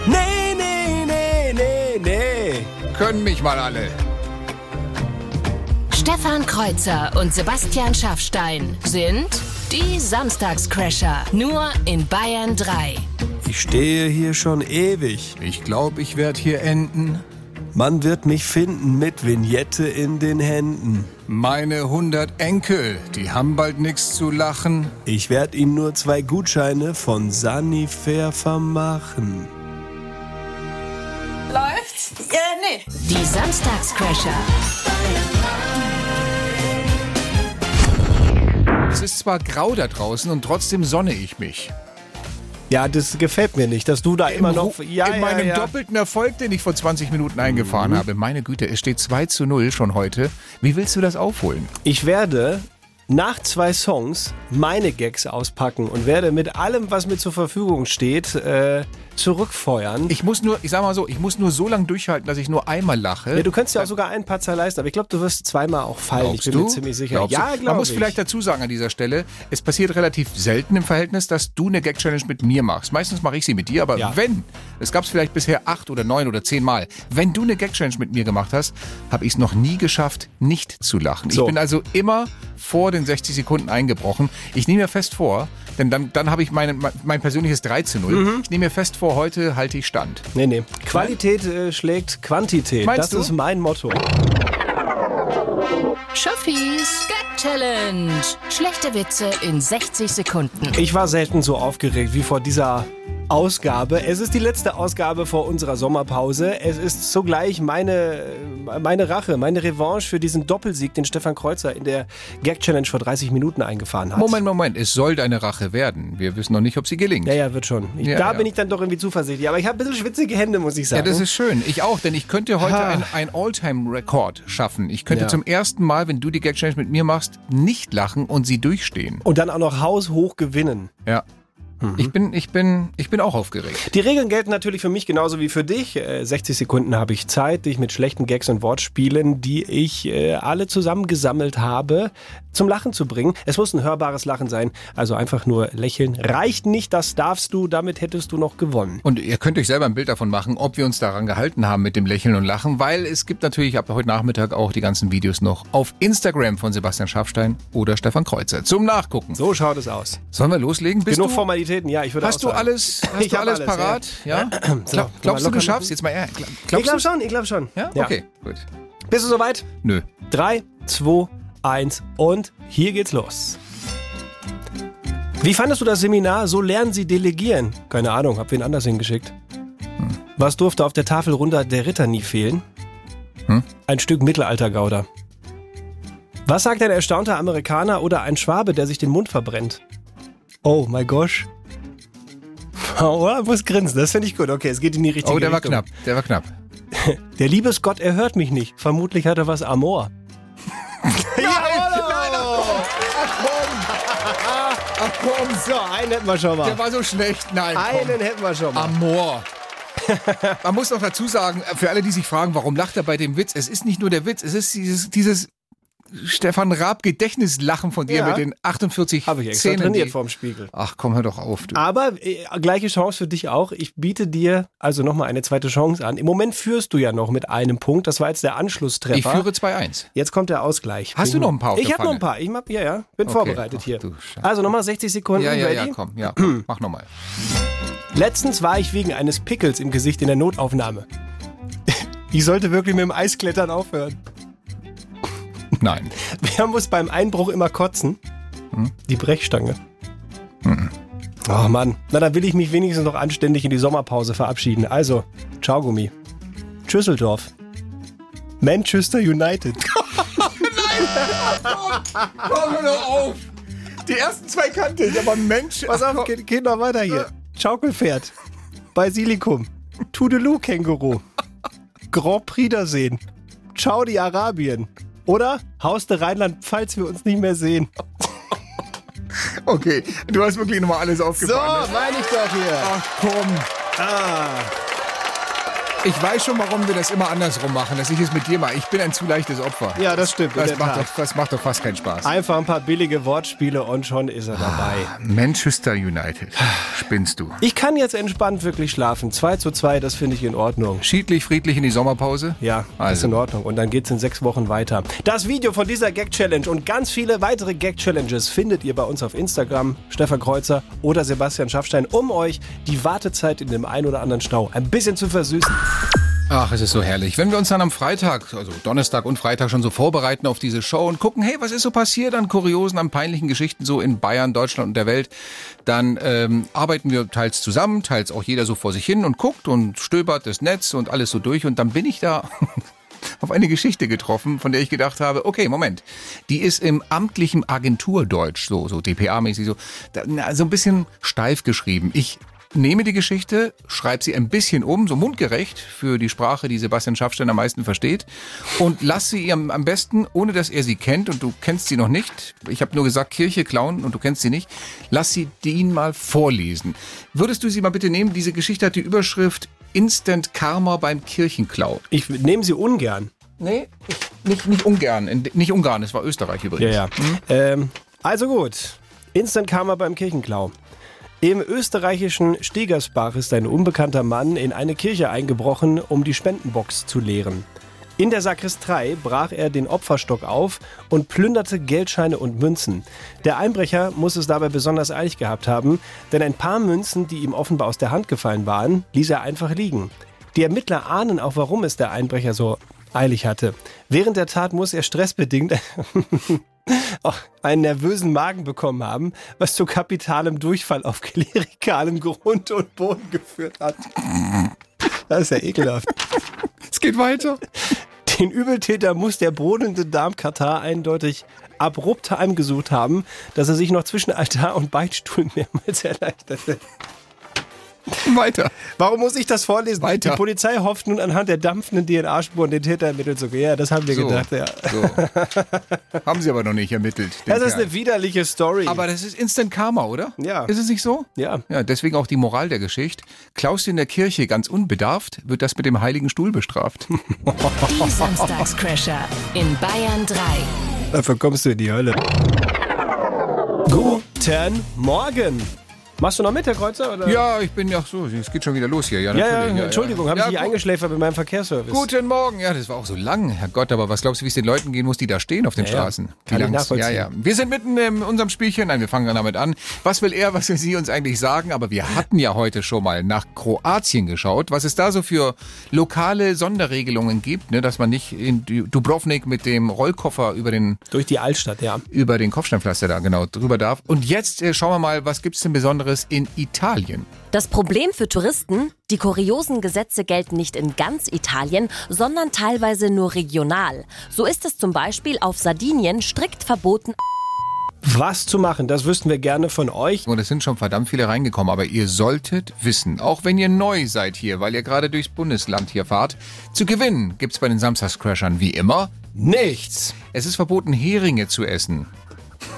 Speaker 2: Nee, nee, nee, nee, nee.
Speaker 3: Können mich mal alle.
Speaker 4: Stefan Kreuzer und Sebastian Schaffstein sind die Samstagscrasher. Nur in Bayern 3.
Speaker 2: Ich stehe hier schon ewig.
Speaker 3: Ich glaube, ich werde hier enden.
Speaker 2: Man wird mich finden mit Vignette in den Händen.
Speaker 3: Meine 100 Enkel, die haben bald nichts zu lachen.
Speaker 2: Ich werde ihm nur zwei Gutscheine von Sanifair vermachen.
Speaker 8: Läuft's? Äh, nee.
Speaker 4: Die Samstagscrasher.
Speaker 3: Es ist zwar grau da draußen und trotzdem sonne ich mich.
Speaker 2: Ja, das gefällt mir nicht, dass du da immer noch.
Speaker 3: Ru-
Speaker 2: Ja,
Speaker 3: in meinem
Speaker 2: ja, Mhm. ja.
Speaker 3: doppelten Erfolg, den ich vor 20 Minuten eingefahren habe. Meine Güte, es steht 2 zu 0 schon heute. Wie willst du das aufholen?
Speaker 2: Ich werde nach zwei Songs meine Gags auspacken und werde mit allem, was mir zur Verfügung steht, äh, zurückfeuern.
Speaker 3: Ich muss nur, ich sag mal so, ich muss nur so lange durchhalten, dass ich nur einmal lache.
Speaker 2: ja, du könntest ja auch sogar einen Patzer leisten, aber ich glaube, du wirst zweimal auch fallen.
Speaker 3: Glaubst
Speaker 2: Halt, ich bin
Speaker 3: du?
Speaker 2: mir ziemlich sicher.
Speaker 3: Glaubst du?
Speaker 2: ja,
Speaker 3: Man
Speaker 2: glaube
Speaker 3: muss
Speaker 2: ich.
Speaker 3: vielleicht dazu sagen an dieser Stelle, es passiert relativ selten im Verhältnis, dass du eine Gag-Challenge mit mir machst. Meistens mache ich sie mit dir, aber
Speaker 2: Ja.
Speaker 3: wenn, es gab es vielleicht bisher acht oder neun oder zehn Mal, wenn du eine Gag-Challenge mit mir gemacht hast, habe ich es noch nie geschafft, nicht zu lachen.
Speaker 2: So.
Speaker 3: Ich bin also immer vor den 60 Sekunden eingebrochen. Ich nehme mir fest vor, denn dann, dann habe ich mein, mein persönliches 3 zu 0.
Speaker 2: Mhm.
Speaker 3: Ich nehme mir fest vor, heute halte ich stand.
Speaker 2: nee, nee. Qualität äh, schlägt Quantität.
Speaker 3: Meinst
Speaker 2: das
Speaker 3: du?
Speaker 2: ist mein Motto.
Speaker 4: Schaffis Gag Challenge. Schlechte Witze in 60 Sekunden.
Speaker 2: Ich war selten so aufgeregt wie vor dieser Ausgabe. Es ist die letzte Ausgabe vor unserer Sommerpause. Es ist zugleich meine, meine Rache, meine Revanche für diesen Doppelsieg, den Stefan Kreuzer in der Gag Challenge vor 30 Minuten eingefahren hat.
Speaker 3: Moment, Moment, es soll deine Rache werden. Wir wissen noch nicht, ob sie gelingt.
Speaker 2: Ja, ja, wird schon. Ich,
Speaker 3: Ja,
Speaker 2: da
Speaker 3: ja.
Speaker 2: bin ich dann doch irgendwie zuversichtlich. Aber ich habe ein bisschen schwitzige Hände, muss ich
Speaker 3: Ja,
Speaker 2: sagen.
Speaker 3: das ist schön. Ich auch, denn ich könnte heute ein, ein All-Time-Rekord schaffen. Ich könnte
Speaker 2: Ja.
Speaker 3: zum ersten Mal, wenn du die Gag-Challenge mit mir machst, nicht lachen und sie durchstehen.
Speaker 2: Und dann auch noch haushoch gewinnen.
Speaker 3: Ja.
Speaker 2: Mhm.
Speaker 3: Ich, bin, ich, bin, ich bin auch aufgeregt.
Speaker 2: Die Regeln gelten natürlich für mich genauso wie für dich. Äh, 60 Sekunden habe ich Zeit, dich mit schlechten Gags und Wortspielen, die ich äh, alle zusammengesammelt habe, zum Lachen zu bringen. Es muss ein hörbares Lachen sein, also einfach nur lächeln. Reicht nicht, das darfst du, damit hättest du noch gewonnen.
Speaker 3: Und ihr könnt euch selber ein Bild davon machen, ob wir uns daran gehalten haben mit dem Lächeln und Lachen, weil es gibt natürlich ab heute Nachmittag auch die ganzen Videos noch auf Instagram von Sebastian Schafstein oder Stefan Kreuzer zum Nachgucken.
Speaker 2: So schaut es aus.
Speaker 3: Sollen wir loslegen? Bist
Speaker 2: Genug
Speaker 3: du-
Speaker 2: Formalitäten, ja, ich würde auch
Speaker 3: Hast du
Speaker 2: sagen.
Speaker 3: alles, hast
Speaker 2: Ich
Speaker 3: du
Speaker 2: hab
Speaker 3: alles,
Speaker 2: alles,
Speaker 3: parat? Ja.
Speaker 2: So,
Speaker 3: Glaub,
Speaker 2: kann man
Speaker 3: glaubst du,
Speaker 2: locker
Speaker 3: du schaffst? Jetzt mal eher. Glaubst
Speaker 2: Ich glaube
Speaker 3: du?
Speaker 2: schon, ich glaube schon.
Speaker 3: Ja? Okay, gut.
Speaker 2: Bist du soweit?
Speaker 3: Nö.
Speaker 2: 3, 2, 1 und hier geht's los. Wie fandest du das Seminar? So lernen sie delegieren. Keine Ahnung, hab wen anders hingeschickt.
Speaker 3: Hm.
Speaker 2: Was durfte auf der Tafel runter der Ritter nie fehlen?
Speaker 3: Hm?
Speaker 2: Ein Stück Mittelaltergauder. Was sagt ein erstaunter Amerikaner oder ein Schwabe, der sich den Mund verbrennt? Oh my gosh. Oh, ich muss grinsen, das finde ich gut. Okay, es geht in die richtige
Speaker 3: Oh, der war
Speaker 2: Richtung.
Speaker 3: knapp. Der war knapp.
Speaker 2: Der Liebesgott, er hört mich nicht. Vermutlich hat er was Amor.
Speaker 3: Ach komm,
Speaker 2: So, einen hätten wir schon
Speaker 3: der war so schlecht. Nein. komm.
Speaker 2: Einen hätten wir schon mal.
Speaker 3: Amor. Man muss noch dazu sagen, äh, für alle, die sich fragen, warum lacht er bei dem Witz, es ist nicht nur der Witz, es ist dieses, dieses Stefan Raab Gedächtnislachen von dir
Speaker 2: Ja.
Speaker 3: mit den 48
Speaker 2: Habe ich extra
Speaker 3: Szenen.
Speaker 2: trainiert
Speaker 3: die-
Speaker 2: vorm Spiegel.
Speaker 3: Ach, komm, hör doch auf, du.
Speaker 2: Aber äh, gleiche Chance für dich auch. Ich biete dir also nochmal eine zweite Chance an. Im Moment führst du ja noch mit einem Punkt. Das war jetzt der Anschlusstreffer.
Speaker 3: ich führe 2-1.
Speaker 2: Jetzt kommt der Ausgleich.
Speaker 3: Hast du noch ein paar auf
Speaker 2: Ich
Speaker 3: der
Speaker 2: habe noch
Speaker 3: Pfanne?
Speaker 2: ein paar. Ich hab, ja, ja. Bin
Speaker 3: Okay.
Speaker 2: vorbereitet
Speaker 3: Ach,
Speaker 2: hier.
Speaker 3: du Scheiße.
Speaker 2: Also nochmal 60 Sekunden.
Speaker 3: Ja, ja, ja,
Speaker 2: ready?
Speaker 3: komm, ja, komm, mach nochmal.
Speaker 2: Letztens war ich wegen eines Pickels im Gesicht in der Notaufnahme. Ich sollte wirklich mit dem Eisklettern aufhören.
Speaker 3: Nein.
Speaker 2: Wer muss beim Einbruch immer kotzen? Die Brechstange. Oh Mann, na dann will ich mich wenigstens noch anständig in die Sommerpause verabschieden. Also, ciao Gummi. Tschüsseldorf. Manchester United.
Speaker 3: Komm, hör doch auf! Die ersten zwei kannte ich, aber Mensch.
Speaker 2: Pass auf, geht, geht noch weiter hier. Schaukelpferd. Basilikum. Tudeloo Känguru. Grand Prix da sehen. Ciao die Arabien. Oder Haus der Rheinland-Pfalz, wir uns nicht mehr sehen.
Speaker 3: Okay, du hast wirklich nochmal alles aufgefahren. ne?
Speaker 2: meine ich doch hier.
Speaker 3: Ach komm.
Speaker 2: Ah.
Speaker 3: Ich weiß schon, warum wir das immer andersrum machen, dass ich es mit dir mache. Ich bin ein zu leichtes Opfer.
Speaker 2: Ja, das stimmt. in
Speaker 3: Das
Speaker 2: der
Speaker 3: macht,
Speaker 2: Tat.
Speaker 3: doch, das macht doch fast keinen Spaß.
Speaker 2: Einfach ein paar billige Wortspiele und schon ist er dabei.
Speaker 3: Manchester United. Spinnst du.
Speaker 2: Ich kann jetzt entspannt wirklich schlafen. 2 zu 2, das finde ich in Ordnung.
Speaker 3: Schiedlich, friedlich in die Sommerpause?
Speaker 2: Ja, das ist
Speaker 3: also.
Speaker 2: in Ordnung. Und dann geht's in sechs Wochen weiter. Das Video von dieser Gag-Challenge und ganz viele weitere Gag-Challenges findet ihr bei uns auf Instagram, Stefan Kreuzer oder Sebastian Schaffstein, um euch die Wartezeit in dem einen oder anderen Stau ein bisschen zu versüßen.
Speaker 3: Ach, es ist so herrlich. Wenn wir uns dann am Freitag, also Donnerstag und Freitag schon so vorbereiten auf diese Show und gucken, hey, was ist so passiert an kuriosen, an peinlichen Geschichten so in Bayern, Deutschland und der Welt, dann ähm, arbeiten wir teils zusammen, teils auch jeder so vor sich hin und guckt und stöbert das Netz und alles so durch und dann bin ich da auf eine Geschichte getroffen, von der ich gedacht habe, okay, Moment, die ist im amtlichen Agenturdeutsch, so, so DPA-mäßig, so, da, na, so ein bisschen steif geschrieben. Ich nehme die Geschichte, schreibe sie ein bisschen um, so mundgerecht für die Sprache, die Sebastian Schaffstein am meisten versteht und lass sie ihm am besten, ohne dass er sie kennt und du kennst sie noch nicht, ich habe nur gesagt Kirche klauen und du kennst sie nicht, lass sie den mal vorlesen. Würdest du sie mal bitte nehmen? Diese Geschichte hat die Überschrift Instant Karma beim Kirchenklau.
Speaker 2: Ich nehme sie ungern.
Speaker 3: Nee, nicht, nicht Ungarn. In- Nicht Ungarn, es war Österreich
Speaker 2: Ja,
Speaker 3: übrigens.
Speaker 2: ja. Ähm, also gut. Instant Karma beim Kirchenklau. Im österreichischen Stegersbach ist ein unbekannter Mann in eine Kirche eingebrochen, um die Spendenbox zu leeren. In der Sakristei brach er den Opferstock auf und plünderte Geldscheine und Münzen. Der Einbrecher muss es dabei besonders eilig gehabt haben, denn ein paar Münzen, die ihm offenbar aus der Hand gefallen waren, ließ er einfach liegen. Die Ermittler ahnen auch, warum es der Einbrecher so eilig hatte. Während der Tat muss er stressbedingt auch Oh, einen nervösen Magen bekommen haben, was zu kapitalem Durchfall auf klerikalem Grund und Boden geführt hat. Das ist ja ekelhaft.
Speaker 3: Es geht weiter.
Speaker 2: Den Übeltäter muss der brodelnde Darmkatar eindeutig abrupt heimgesucht haben, dass er sich noch zwischen Altar und Beichtstuhl mehrmals erleichterte.
Speaker 3: Weiter.
Speaker 2: Warum muss ich das vorlesen?
Speaker 3: Weiter.
Speaker 2: Die Polizei hofft nun anhand der dampfenden DNA-Spuren den Täter ermitteln zu können. Ja, das haben wir gedacht, ja.
Speaker 3: so. Haben sie aber noch nicht ermittelt. den
Speaker 2: Das ist
Speaker 3: Kerl.
Speaker 2: eine widerliche Story.
Speaker 3: aber das ist Instant Karma, oder?
Speaker 2: Ja.
Speaker 3: Ist es nicht so?
Speaker 2: Ja.
Speaker 3: Ja, deswegen auch die Moral der Geschichte. Klaust in der Kirche ganz unbedarft, wird das mit dem Heiligen Stuhl bestraft.
Speaker 4: Die Samstagscrasher in Bayern 3.
Speaker 2: Dafür kommst du in die Hölle. Guten Morgen. Machst du noch mit, Herr Kreuzer? Oder?
Speaker 1: Ja, ich bin ja ach so, es geht schon wieder los hier. Ja,
Speaker 2: Ja, ja,
Speaker 1: natürlich,
Speaker 2: Entschuldigung, habe ich dich
Speaker 1: gu-
Speaker 2: eingeschläfert mit meinem Verkehrsservice.
Speaker 1: Guten Morgen. Ja, das war auch so lang. Herrgott, aber was glaubst du, wie es den Leuten gehen muss, die da stehen auf den
Speaker 2: Ja, ja.
Speaker 1: Straßen? Wie
Speaker 2: Kann ich
Speaker 1: lang's- ja,
Speaker 2: nachvollziehen.
Speaker 1: ja. Wir sind mitten in unserem Spielchen. Nein, wir fangen damit an. Was will er, was will sie uns eigentlich sagen? Aber wir hatten ja heute schon mal nach Kroatien geschaut, was es da so für lokale Sonderregelungen gibt, ne, dass man nicht in Du- Dubrovnik mit dem Rollkoffer über den
Speaker 2: Durch die Altstadt, ja.
Speaker 1: über den Kopfsteinpflaster da genau drüber darf. Und jetzt äh, schauen wir mal, was gibt's denn Besonderes in Italien?
Speaker 6: Das Problem für Touristen, die kuriosen Gesetze gelten nicht in ganz Italien, sondern teilweise nur regional. So ist es zum Beispiel auf Sardinien strikt verboten,
Speaker 2: Was zu machen, das wüssten wir gerne von euch.
Speaker 1: Und es sind schon verdammt viele reingekommen, aber ihr solltet wissen, auch wenn ihr neu seid hier, weil ihr gerade durchs Bundesland hier fahrt, zu gewinnen gibt's bei den Samstagscrashern wie immer.
Speaker 2: Nichts.
Speaker 1: Es ist verboten, Heringe zu essen.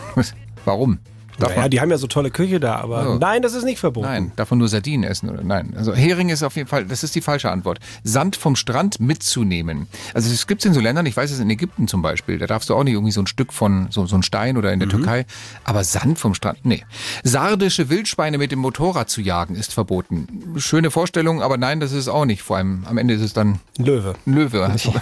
Speaker 1: Warum? Darf
Speaker 2: Naja,
Speaker 1: man,
Speaker 2: die haben ja so tolle Küche da, aber
Speaker 1: So.
Speaker 2: nein, das ist nicht verboten.
Speaker 1: nein, darf man nur Sardinen essen oder nein? Also Hering ist auf jeden Fall, das ist die falsche Antwort. Sand vom Strand mitzunehmen. Also es gibt's in so Ländern, ich weiß es in Ägypten zum Beispiel, da darfst du auch nicht irgendwie so ein Stück von, so, so ein Stein oder in der Türkei, aber Sand vom Strand, nee. Sardische Wildschweine mit dem Motorrad zu jagen ist verboten. Schöne Vorstellung, aber nein, das ist es auch nicht. Vor allem am Ende ist es dann
Speaker 2: Löwe.
Speaker 1: ein Löwe. Also.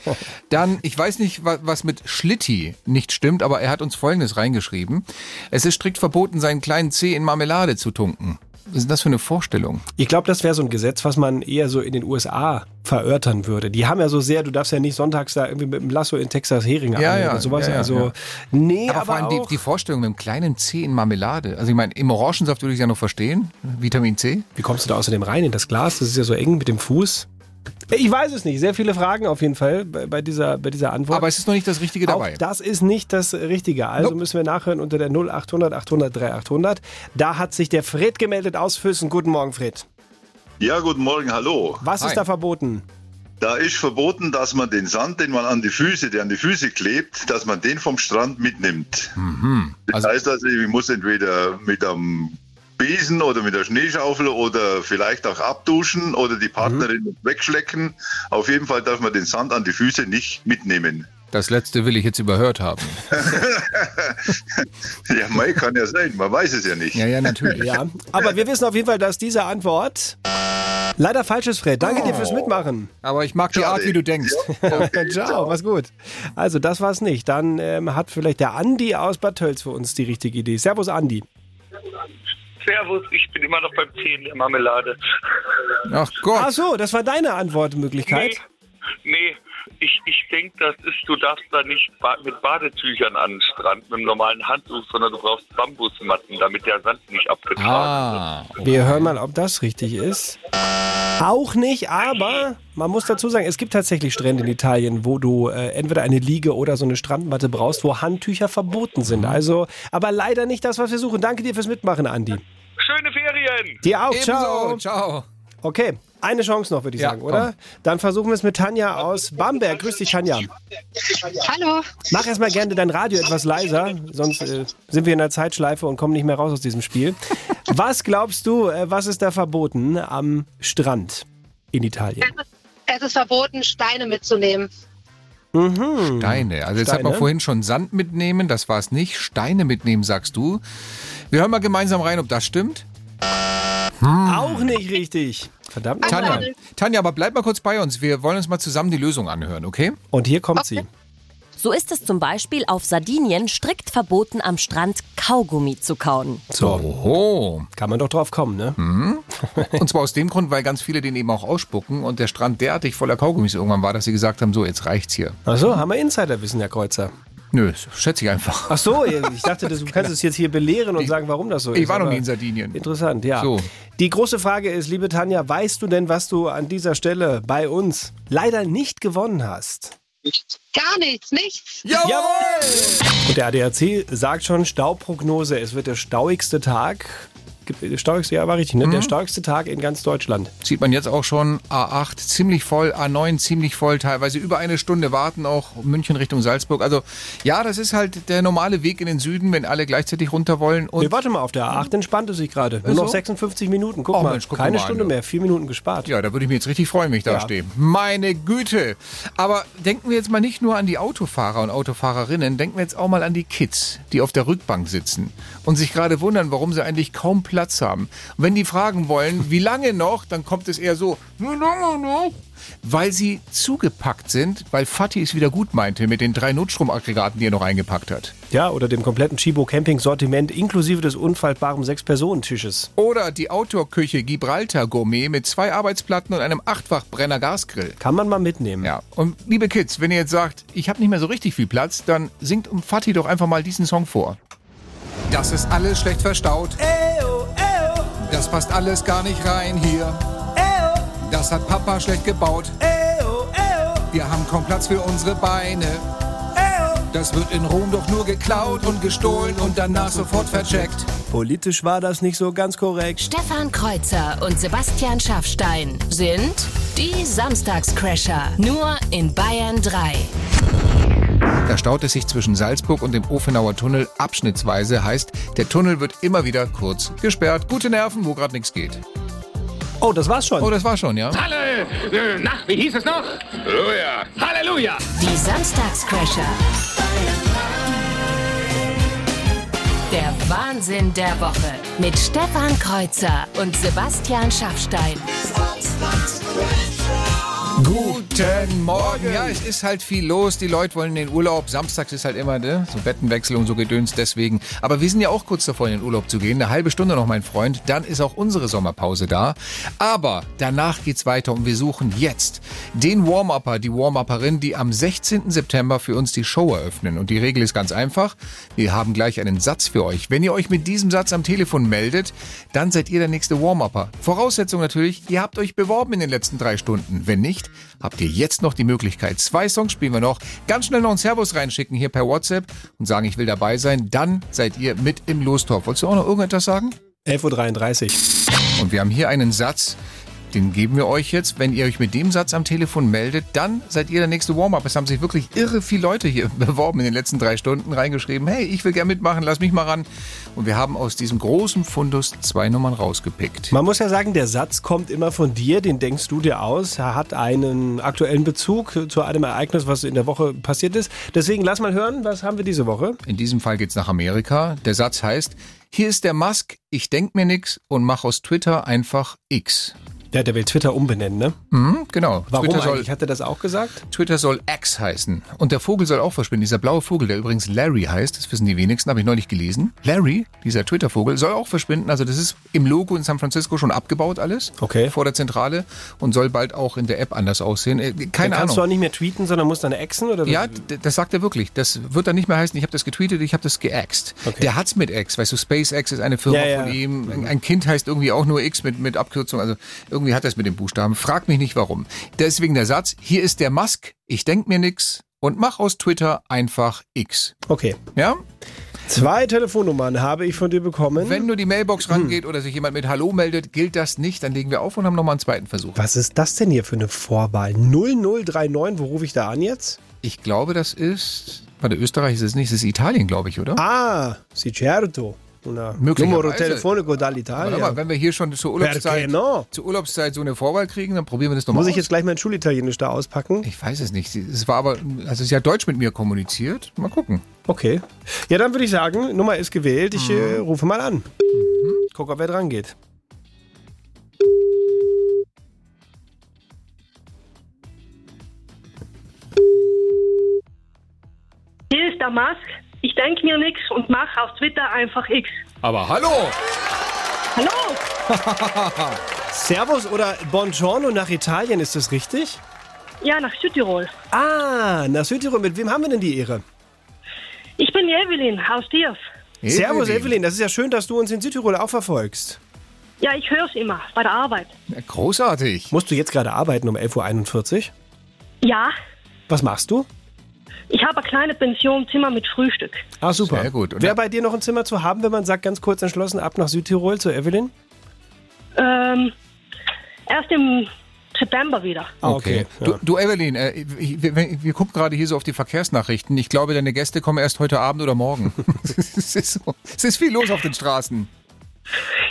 Speaker 1: Dann, ich weiß nicht, wa- was mit Schlitti nicht stimmt, aber er hat uns Folgendes reingeschrieben. Es ist strikt verboten, seinen kleinen Zeh in Marmelade zu tunken. Was ist denn das für eine Vorstellung?
Speaker 2: Ich glaube, das wäre so ein Gesetz, was man eher so in den USA verörtern würde. Die haben ja so sehr, du darfst ja nicht sonntags da irgendwie mit dem Lasso in Texas Heringe
Speaker 1: Ja,
Speaker 2: angeln
Speaker 1: ja,
Speaker 2: oder sowas.
Speaker 1: ja, ja,
Speaker 2: also,
Speaker 1: ja.
Speaker 2: nee,
Speaker 1: aber,
Speaker 2: aber,
Speaker 1: vor allem
Speaker 2: auch,
Speaker 1: die, die Vorstellung mit einem kleinen Zeh in Marmelade. Also ich meine, im Orangensaft würde ich es ja noch verstehen. Vitamin C.
Speaker 2: wie kommst du da außerdem rein in das Glas? Das ist ja so eng mit dem Fuß. Ich weiß es nicht. Sehr viele Fragen auf jeden Fall bei, bei, dieser, bei dieser Antwort.
Speaker 1: Aber es ist noch nicht das Richtige dabei.
Speaker 2: Auch das ist nicht das Richtige. Also
Speaker 1: Nope.
Speaker 2: müssen wir nachhören unter der 0800 800 3800. Da hat sich der Fred gemeldet aus Füssen. Guten Morgen, Fred.
Speaker 9: Ja, guten Morgen, hallo.
Speaker 2: Was
Speaker 1: Hi.
Speaker 2: ist da verboten?
Speaker 9: Da ist verboten, dass man den Sand, den man an die Füße, der an die Füße klebt, dass man den vom Strand mitnimmt. Das
Speaker 1: Also-
Speaker 9: heißt also, ich muss entweder mit einem Besen oder mit der Schneeschaufel oder vielleicht auch abduschen oder die Partnerin wegschlecken. Auf jeden Fall darf man den Sand an die Füße nicht mitnehmen.
Speaker 1: Das letzte will ich jetzt überhört haben.
Speaker 9: Ja, mei, kann ja sein, man weiß es ja nicht.
Speaker 1: Ja, ja, natürlich.
Speaker 2: Ja, aber wir wissen auf jeden Fall, dass diese Antwort leider falsch ist, Fred. Danke dir fürs
Speaker 1: Oh.
Speaker 2: Mitmachen.
Speaker 1: Aber ich mag die Art, wie du denkst.
Speaker 2: Ciao, mach's gut. Also, das war's nicht. Dann ähm, hat vielleicht der Andi aus Bad Tölz für uns die richtige Idee. Servus, Andi.
Speaker 10: Servus, ich bin immer noch beim Tee in der Marmelade.
Speaker 1: Ach Gott.
Speaker 2: Ach so, das war deine Antwortmöglichkeit.
Speaker 10: Nee, ich, ich denke, das ist, du darfst da nicht ba mit Badetüchern an den Strand, mit einem normalen Handtuch, sondern du brauchst Bambusmatten, damit der Sand nicht abgetragen
Speaker 1: Ah,
Speaker 2: Wir hören mal, ob das richtig ist. Auch nicht, aber man muss dazu sagen, es gibt tatsächlich Strände in Italien, wo du äh, entweder eine Liege oder so eine Strandmatte brauchst, wo Handtücher verboten sind. Also, aber leider nicht das, was wir suchen. Danke dir fürs Mitmachen, Andi.
Speaker 10: ist. Schöne Ferien!
Speaker 2: Dir auch,
Speaker 1: Ebenso,
Speaker 2: ciao.
Speaker 1: ciao.
Speaker 2: Okay, eine Chance noch, würde ich
Speaker 1: Ja,
Speaker 2: sagen, oder? Dann versuchen wir es mit Tanja aus Bamberg. Grüß dich, Tanja.
Speaker 11: Hallo.
Speaker 2: Mach erstmal gerne dein Radio etwas leiser, sonst äh, sind wir in der Zeitschleife und kommen nicht mehr raus aus diesem Spiel. Was glaubst du, äh, was ist da verboten am Strand in Italien?
Speaker 7: Es ist verboten, Steine mitzunehmen.
Speaker 1: Steine. Also jetzt hat
Speaker 2: Hm.
Speaker 1: man
Speaker 2: Steine.
Speaker 1: vorhin schon Sand mitnehmen, das war es nicht. Steine mitnehmen, sagst du. Wir hören mal gemeinsam rein, ob das stimmt.
Speaker 2: Auch nicht richtig. Verdammt.
Speaker 3: Ah.
Speaker 1: Tanja,
Speaker 2: nochmal.
Speaker 1: Tanja, aber bleib mal kurz bei uns. Wir wollen uns mal zusammen die Lösung anhören, okay?
Speaker 2: Und hier kommt sie.
Speaker 6: so ist es zum Beispiel auf Sardinien strikt verboten, am Strand Kaugummi zu kauen.
Speaker 2: So,
Speaker 1: Oho.
Speaker 2: kann man doch drauf kommen, ne?
Speaker 1: Und zwar aus dem Grund, weil ganz viele den eben auch ausspucken und der Strand derartig voller Kaugummis irgendwann war, dass sie gesagt haben, so, jetzt reicht's hier.
Speaker 2: Achso, Also, haben wir Insiderwissen, Herr Kreuzer.
Speaker 1: Nö, das schätze ich einfach.
Speaker 2: Ach so, ich dachte, du kannst es jetzt hier belehren und sagen, warum das so ist.
Speaker 1: Genau. Ich war noch
Speaker 2: aber-
Speaker 1: nie in Sardinien.
Speaker 2: Interessant, ja.
Speaker 1: So.
Speaker 2: Die große Frage ist, liebe Tanja, weißt du denn, was du an dieser Stelle bei uns leider nicht gewonnen hast?
Speaker 7: Gar nichts, nichts.
Speaker 2: Und der ADAC sagt schon, Stauprognose, es wird der stauigste Tag Gibt- Stärkste, ja, war richtig, ne?
Speaker 1: Mhm.
Speaker 2: Der stärkste Tag in ganz Deutschland.
Speaker 3: Sieht man jetzt auch schon A8 ziemlich voll, A9 ziemlich voll, teilweise über eine Stunde warten auch München Richtung Salzburg. Also ja, das ist halt der normale Weg in den Süden, wenn alle gleichzeitig runter wollen. Und
Speaker 2: Nee, warte mal, auf der A8 entspannt es sich gerade. Nur
Speaker 3: Ist
Speaker 2: noch
Speaker 3: so?
Speaker 2: 56 Minuten. Guck
Speaker 3: Oh,
Speaker 2: mal,
Speaker 3: Mensch, guck
Speaker 2: keine
Speaker 3: mal an,
Speaker 2: Stunde
Speaker 3: ja.
Speaker 2: mehr, vier Minuten gespart.
Speaker 3: ja, da würde ich mich jetzt richtig freuen, wenn ich da
Speaker 2: Ja.
Speaker 3: stehe. Meine Güte. Aber denken wir jetzt mal nicht nur an die Autofahrer und Autofahrerinnen, denken wir jetzt auch mal an die Kids, die auf der Rückbank sitzen und sich gerade wundern, warum sie eigentlich kaum Platz haben. Und wenn die fragen wollen, wie lange noch, dann kommt es eher so, wie lange noch? Weil sie zugepackt sind, weil Fatih es wieder gut meinte mit den drei Notstromaggregaten, die er noch eingepackt hat.
Speaker 2: Ja, oder dem kompletten Chibo Camping Sortiment inklusive des unfaltbaren Sechs-Personen-Tisches.
Speaker 3: Oder die Outdoor-Küche Gibraltar Gourmet mit zwei Arbeitsplatten und einem Achtfach-Brenner Gasgrill.
Speaker 2: Kann man mal mitnehmen.
Speaker 3: Ja, und liebe Kids, wenn ihr jetzt sagt, ich habe nicht mehr so richtig viel Platz, dann singt um Fatih doch einfach mal diesen Song vor. Das ist alles schlecht verstaut. Das passt alles gar nicht rein hier. Das hat Papa schlecht gebaut. Wir haben kaum Platz für unsere Beine. Das wird in Rom doch nur geklaut und gestohlen und danach sofort vercheckt.
Speaker 2: Politisch war das nicht so ganz korrekt.
Speaker 4: Stefan Kreuzer und Sebastian Schaffstein sind die Samstagscrasher. Nur in Bayern 3.
Speaker 3: Da staut es sich zwischen Salzburg und dem Ofenauer Tunnel abschnittsweise, heißt, der Tunnel wird immer wieder kurz gesperrt. Gute Nerven, wo gerade nichts geht.
Speaker 2: Oh, das war's schon.
Speaker 3: Oh, das war schon, ja?
Speaker 12: Halle, äh, na, wie hieß es noch? Halleluja. Halleluja.
Speaker 4: Die Samstagscrasher. Der Wahnsinn der Woche mit Stefan Kreuzer und Sebastian Schaffstein.
Speaker 3: Guten Morgen. Ja, es ist halt viel los. Die Leute wollen in den Urlaub. Samstags ist halt immer ne? so Bettenwechsel und so Gedöns deswegen. Aber wir sind ja auch kurz davor, in den Urlaub zu gehen. Eine halbe Stunde noch, mein Freund. Dann ist auch unsere Sommerpause da. Aber danach geht's weiter und wir suchen jetzt den Warm-Upper, die Warm-Upperin, die am 16. September für uns die Show eröffnen. Und die Regel ist ganz einfach. Wir haben gleich einen Satz für euch. Wenn ihr euch mit diesem Satz am Telefon meldet, dann seid ihr der nächste Warm-Upper. Voraussetzung natürlich, ihr habt euch beworben in den letzten drei Stunden. Wenn nicht, habt ihr jetzt noch die Möglichkeit. Zwei Songs spielen wir noch. Ganz schnell noch einen Servus reinschicken hier per WhatsApp und sagen, ich will dabei sein. Dann seid ihr mit im Lostopf. Wolltest du auch noch irgendetwas sagen?
Speaker 2: 11.33 Uhr.
Speaker 3: Und wir haben hier einen Satz, den geben wir euch jetzt. Wenn ihr euch mit dem Satz am Telefon meldet, dann seid ihr der nächste Warm-Up. Es haben sich wirklich irre viele Leute hier beworben in den letzten drei Stunden, reingeschrieben, hey, ich will gerne mitmachen, lass mich mal ran. Und wir haben aus diesem großen Fundus zwei Nummern rausgepickt.
Speaker 2: Man muss ja sagen, der Satz kommt immer von dir, den denkst du dir aus. Er hat einen aktuellen Bezug zu einem Ereignis, was in der Woche passiert ist. Deswegen lass mal hören, was haben wir diese Woche?
Speaker 3: In diesem Fall geht's nach Amerika. Der Satz heißt, hier ist der Musk, ich denk mir nix und mach aus Twitter einfach X.
Speaker 2: Ja, der will Twitter umbenennen, ne?
Speaker 3: Mhm, genau.
Speaker 2: Warum
Speaker 3: Twitter soll
Speaker 2: eigentlich? Hat er das auch gesagt?
Speaker 3: Twitter soll X heißen. Und der Vogel soll auch verschwinden. Dieser blaue Vogel, der übrigens Larry heißt, das wissen die wenigsten, habe ich neulich gelesen. Larry, dieser Twitter-Vogel, soll auch verschwinden. Also das ist im Logo in San Francisco schon abgebaut alles.
Speaker 2: Okay.
Speaker 3: Vor der Zentrale und soll bald auch in der App anders aussehen. Äh,
Speaker 2: Dann
Speaker 3: Keine
Speaker 2: kannst du auch
Speaker 3: Ahnung.
Speaker 2: nicht mehr tweeten, sondern musst dann exen? Oder
Speaker 3: Ja, d- das sagt er wirklich. Das wird dann nicht mehr heißen, ich habe das getweetet, ich habe das geaxt. Der hat's mit X, weißt du, SpaceX ist eine Firma
Speaker 2: Ja, ja.
Speaker 3: von ihm. Ein- Ein Kind heißt irgendwie auch nur X mit, mit Abkürzung. Also irgendwie hat das mit den Buchstaben. Frag mich nicht warum. Deswegen der Satz, hier ist der Musk, ich denk mir nix und mach aus Twitter einfach X.
Speaker 2: Okay.
Speaker 3: Ja?
Speaker 2: Zwei Telefonnummern habe ich von dir bekommen.
Speaker 3: Wenn nur die
Speaker 2: Hm.
Speaker 3: Mailbox rangeht oder sich jemand mit Hallo meldet, gilt das nicht. Dann legen wir auf und haben nochmal einen zweiten Versuch.
Speaker 2: was ist das denn hier für eine Vorwahl? 0039, wo rufe ich da an jetzt?
Speaker 3: Ich glaube, das ist. Warte, Österreich ist es nicht, es ist Italien, glaube ich, oder?
Speaker 2: Ah, si certo. Una
Speaker 3: Möglicherweise.
Speaker 2: numero telefonico
Speaker 3: Warte
Speaker 2: dall'Italia.
Speaker 3: mal, wenn wir hier schon zur
Speaker 2: Perché
Speaker 3: Urlaubszeit,
Speaker 2: no?
Speaker 3: zur Urlaubszeit so eine Vorwahl kriegen, dann probieren wir das nochmal
Speaker 2: genau. Muss
Speaker 3: aus.
Speaker 2: ich jetzt gleich mein Schulitalienisch da auspacken?
Speaker 3: ich weiß es nicht. Sie- Es war aber, also sie hat Deutsch mit mir kommuniziert. Mal gucken.
Speaker 2: Okay. Ja, dann würde ich sagen, Nummer ist gewählt. Ich
Speaker 3: Mhm.
Speaker 2: äh, rufe mal an. Guck, ob wer dran geht.
Speaker 13: Hier ist der Musk. Ich denke mir nichts und mache auf Twitter einfach X.
Speaker 3: Aber hallo!
Speaker 13: Hallo!
Speaker 2: Servus oder Buongiorno nach Italien, ist das richtig?
Speaker 13: Ja, nach Südtirol.
Speaker 2: Ah, nach Südtirol. Mit wem haben wir denn die Ehre?
Speaker 13: Ich bin die Evelyn aus Diers.
Speaker 2: Servus, Evelyn. Das ist ja schön, dass du uns in Südtirol auch verfolgst.
Speaker 13: Ja, ich höre es immer bei der Arbeit.
Speaker 3: Großartig.
Speaker 2: Musst du jetzt gerade arbeiten um 11.41 Uhr?
Speaker 13: Ja,
Speaker 2: Was machst du?
Speaker 13: Ich habe eine kleine Pension, Zimmer mit Frühstück.
Speaker 2: Ah, super.
Speaker 3: Sehr gut. Und
Speaker 2: Wäre bei dir noch ein Zimmer zu haben, wenn man sagt, ganz kurz entschlossen, ab nach Südtirol zu Evelyn?
Speaker 13: Ähm, erst im September wieder.
Speaker 2: Ah, okay.
Speaker 3: Du, du Evelyn, äh, ich, wir, wir wir gucken gerade hier so auf die Verkehrsnachrichten. Ich glaube, deine Gäste kommen erst heute Abend oder morgen. es, ist so, es ist viel los auf den Straßen.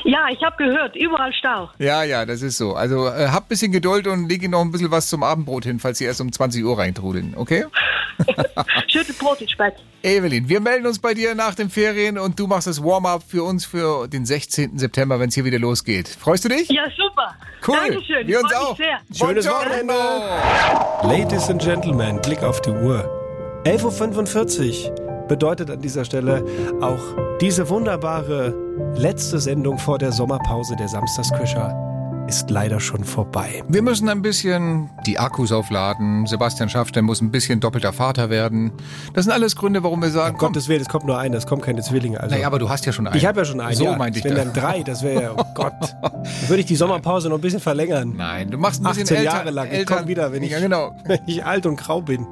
Speaker 13: Ja, ich habe gehört, überall Stau.
Speaker 3: Ja, ja, das ist so. Also äh, hab ein bisschen Geduld und leg ihnen noch ein bisschen was zum Abendbrot hin, falls sie erst um 20 Uhr reintrudeln, okay?
Speaker 13: Schüttel Brot ins Bett.
Speaker 3: Evelyn, wir melden uns bei dir nach den Ferien und du machst das Warm-up für uns für den 16. September, wenn es hier wieder losgeht. Freust du dich?
Speaker 13: Ja, super.
Speaker 3: Cool.
Speaker 13: Dankeschön.
Speaker 3: Wir
Speaker 13: ich
Speaker 3: uns
Speaker 13: freu mich
Speaker 3: auch.
Speaker 13: Sehr.
Speaker 2: Schönes
Speaker 3: Buongiorno.
Speaker 2: Ladies and Gentlemen, Blick auf die Uhr. 11.45 Uhr bedeutet an dieser Stelle auch diese wunderbare letzte Sendung vor der Sommerpause der Samstagsköcher ist leider schon vorbei. Um
Speaker 3: Wir müssen ein bisschen die Akkus aufladen. Sebastian Schaffstein muss ein bisschen doppelter Vater werden. Das sind alles Gründe, warum wir sagen, komm.
Speaker 2: Gottes Willen, es kommt nur einer, es kommen keine Zwillinge. Also.
Speaker 3: Naja, aber du hast ja schon einen.
Speaker 2: ich habe ja schon einen.
Speaker 3: So
Speaker 2: ja.
Speaker 3: meinte ich
Speaker 2: Wenn
Speaker 3: das.
Speaker 2: dann drei, das wäre ja, oh Gott. Dann würde ich die Sommerpause noch ein bisschen verlängern.
Speaker 3: Nein, du machst ein bisschen
Speaker 2: 18
Speaker 3: Eltern,
Speaker 2: Jahre lang. Ich
Speaker 3: Eltern
Speaker 2: komm wieder, wenn ich-
Speaker 3: ja, genau.
Speaker 2: Wenn ich alt und grau bin.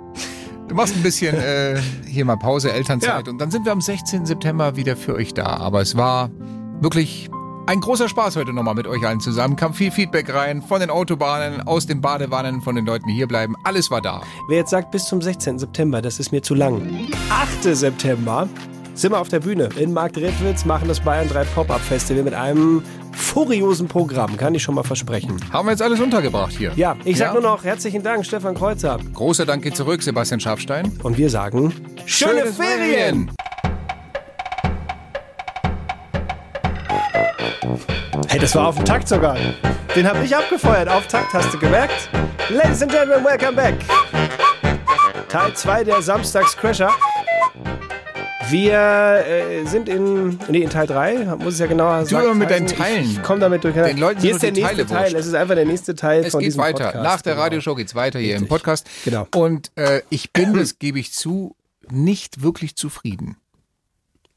Speaker 3: Du machst ein bisschen äh, hier mal Pause, Elternzeit.
Speaker 2: Ja.
Speaker 3: Und dann sind wir am 16. September wieder für euch da. Aber es war wirklich ein großer Spaß heute nochmal mit euch allen zusammen. Kam viel Feedback rein von den Autobahnen, aus den Badewannen, von den Leuten, die hier bleiben. Alles war da.
Speaker 2: Wer jetzt sagt, bis zum 16. September, das ist mir zu lang. 8. September sind wir auf der Bühne in Marktredwitz, machen das Bayern 3 Pop-Up Festival mit einem furiosen Programm, kann ich schon mal versprechen.
Speaker 3: Haben wir jetzt alles untergebracht hier.
Speaker 2: Ja, ich sag
Speaker 3: Ja.
Speaker 2: nur noch herzlichen Dank, Stefan Kreuzer.
Speaker 3: Großer Dank geht zurück, Sebastian Schafstein.
Speaker 2: Und wir sagen, schöne
Speaker 3: Schönes
Speaker 2: Ferien! Hey, das war auf dem Takt sogar. Den habe ich abgefeuert. Auf Takt, hast du gemerkt? Ladies and Gentlemen, welcome back. Teil 2 der Samstagscrasher. Wir äh, sind in, nee, in Teil 3, muss ich ja genauer sagen.
Speaker 3: immer mit deinen Teilen.
Speaker 2: Ich, ich komme damit durcheinander.
Speaker 3: Den Leuten sind
Speaker 2: Hier ist der
Speaker 3: nur die
Speaker 2: nächste
Speaker 3: Teile
Speaker 2: Teil.
Speaker 3: wurscht.
Speaker 2: Es ist einfach der nächste Teil
Speaker 3: Es
Speaker 2: von
Speaker 3: geht
Speaker 2: diesem
Speaker 3: weiter.
Speaker 2: Podcast.
Speaker 3: Nach der
Speaker 2: Genau.
Speaker 3: Radioshow geht's weiter hier im
Speaker 2: Richtig.
Speaker 3: Podcast.
Speaker 2: Genau.
Speaker 3: Und äh, ich bin, das gebe ich zu, nicht wirklich zufrieden.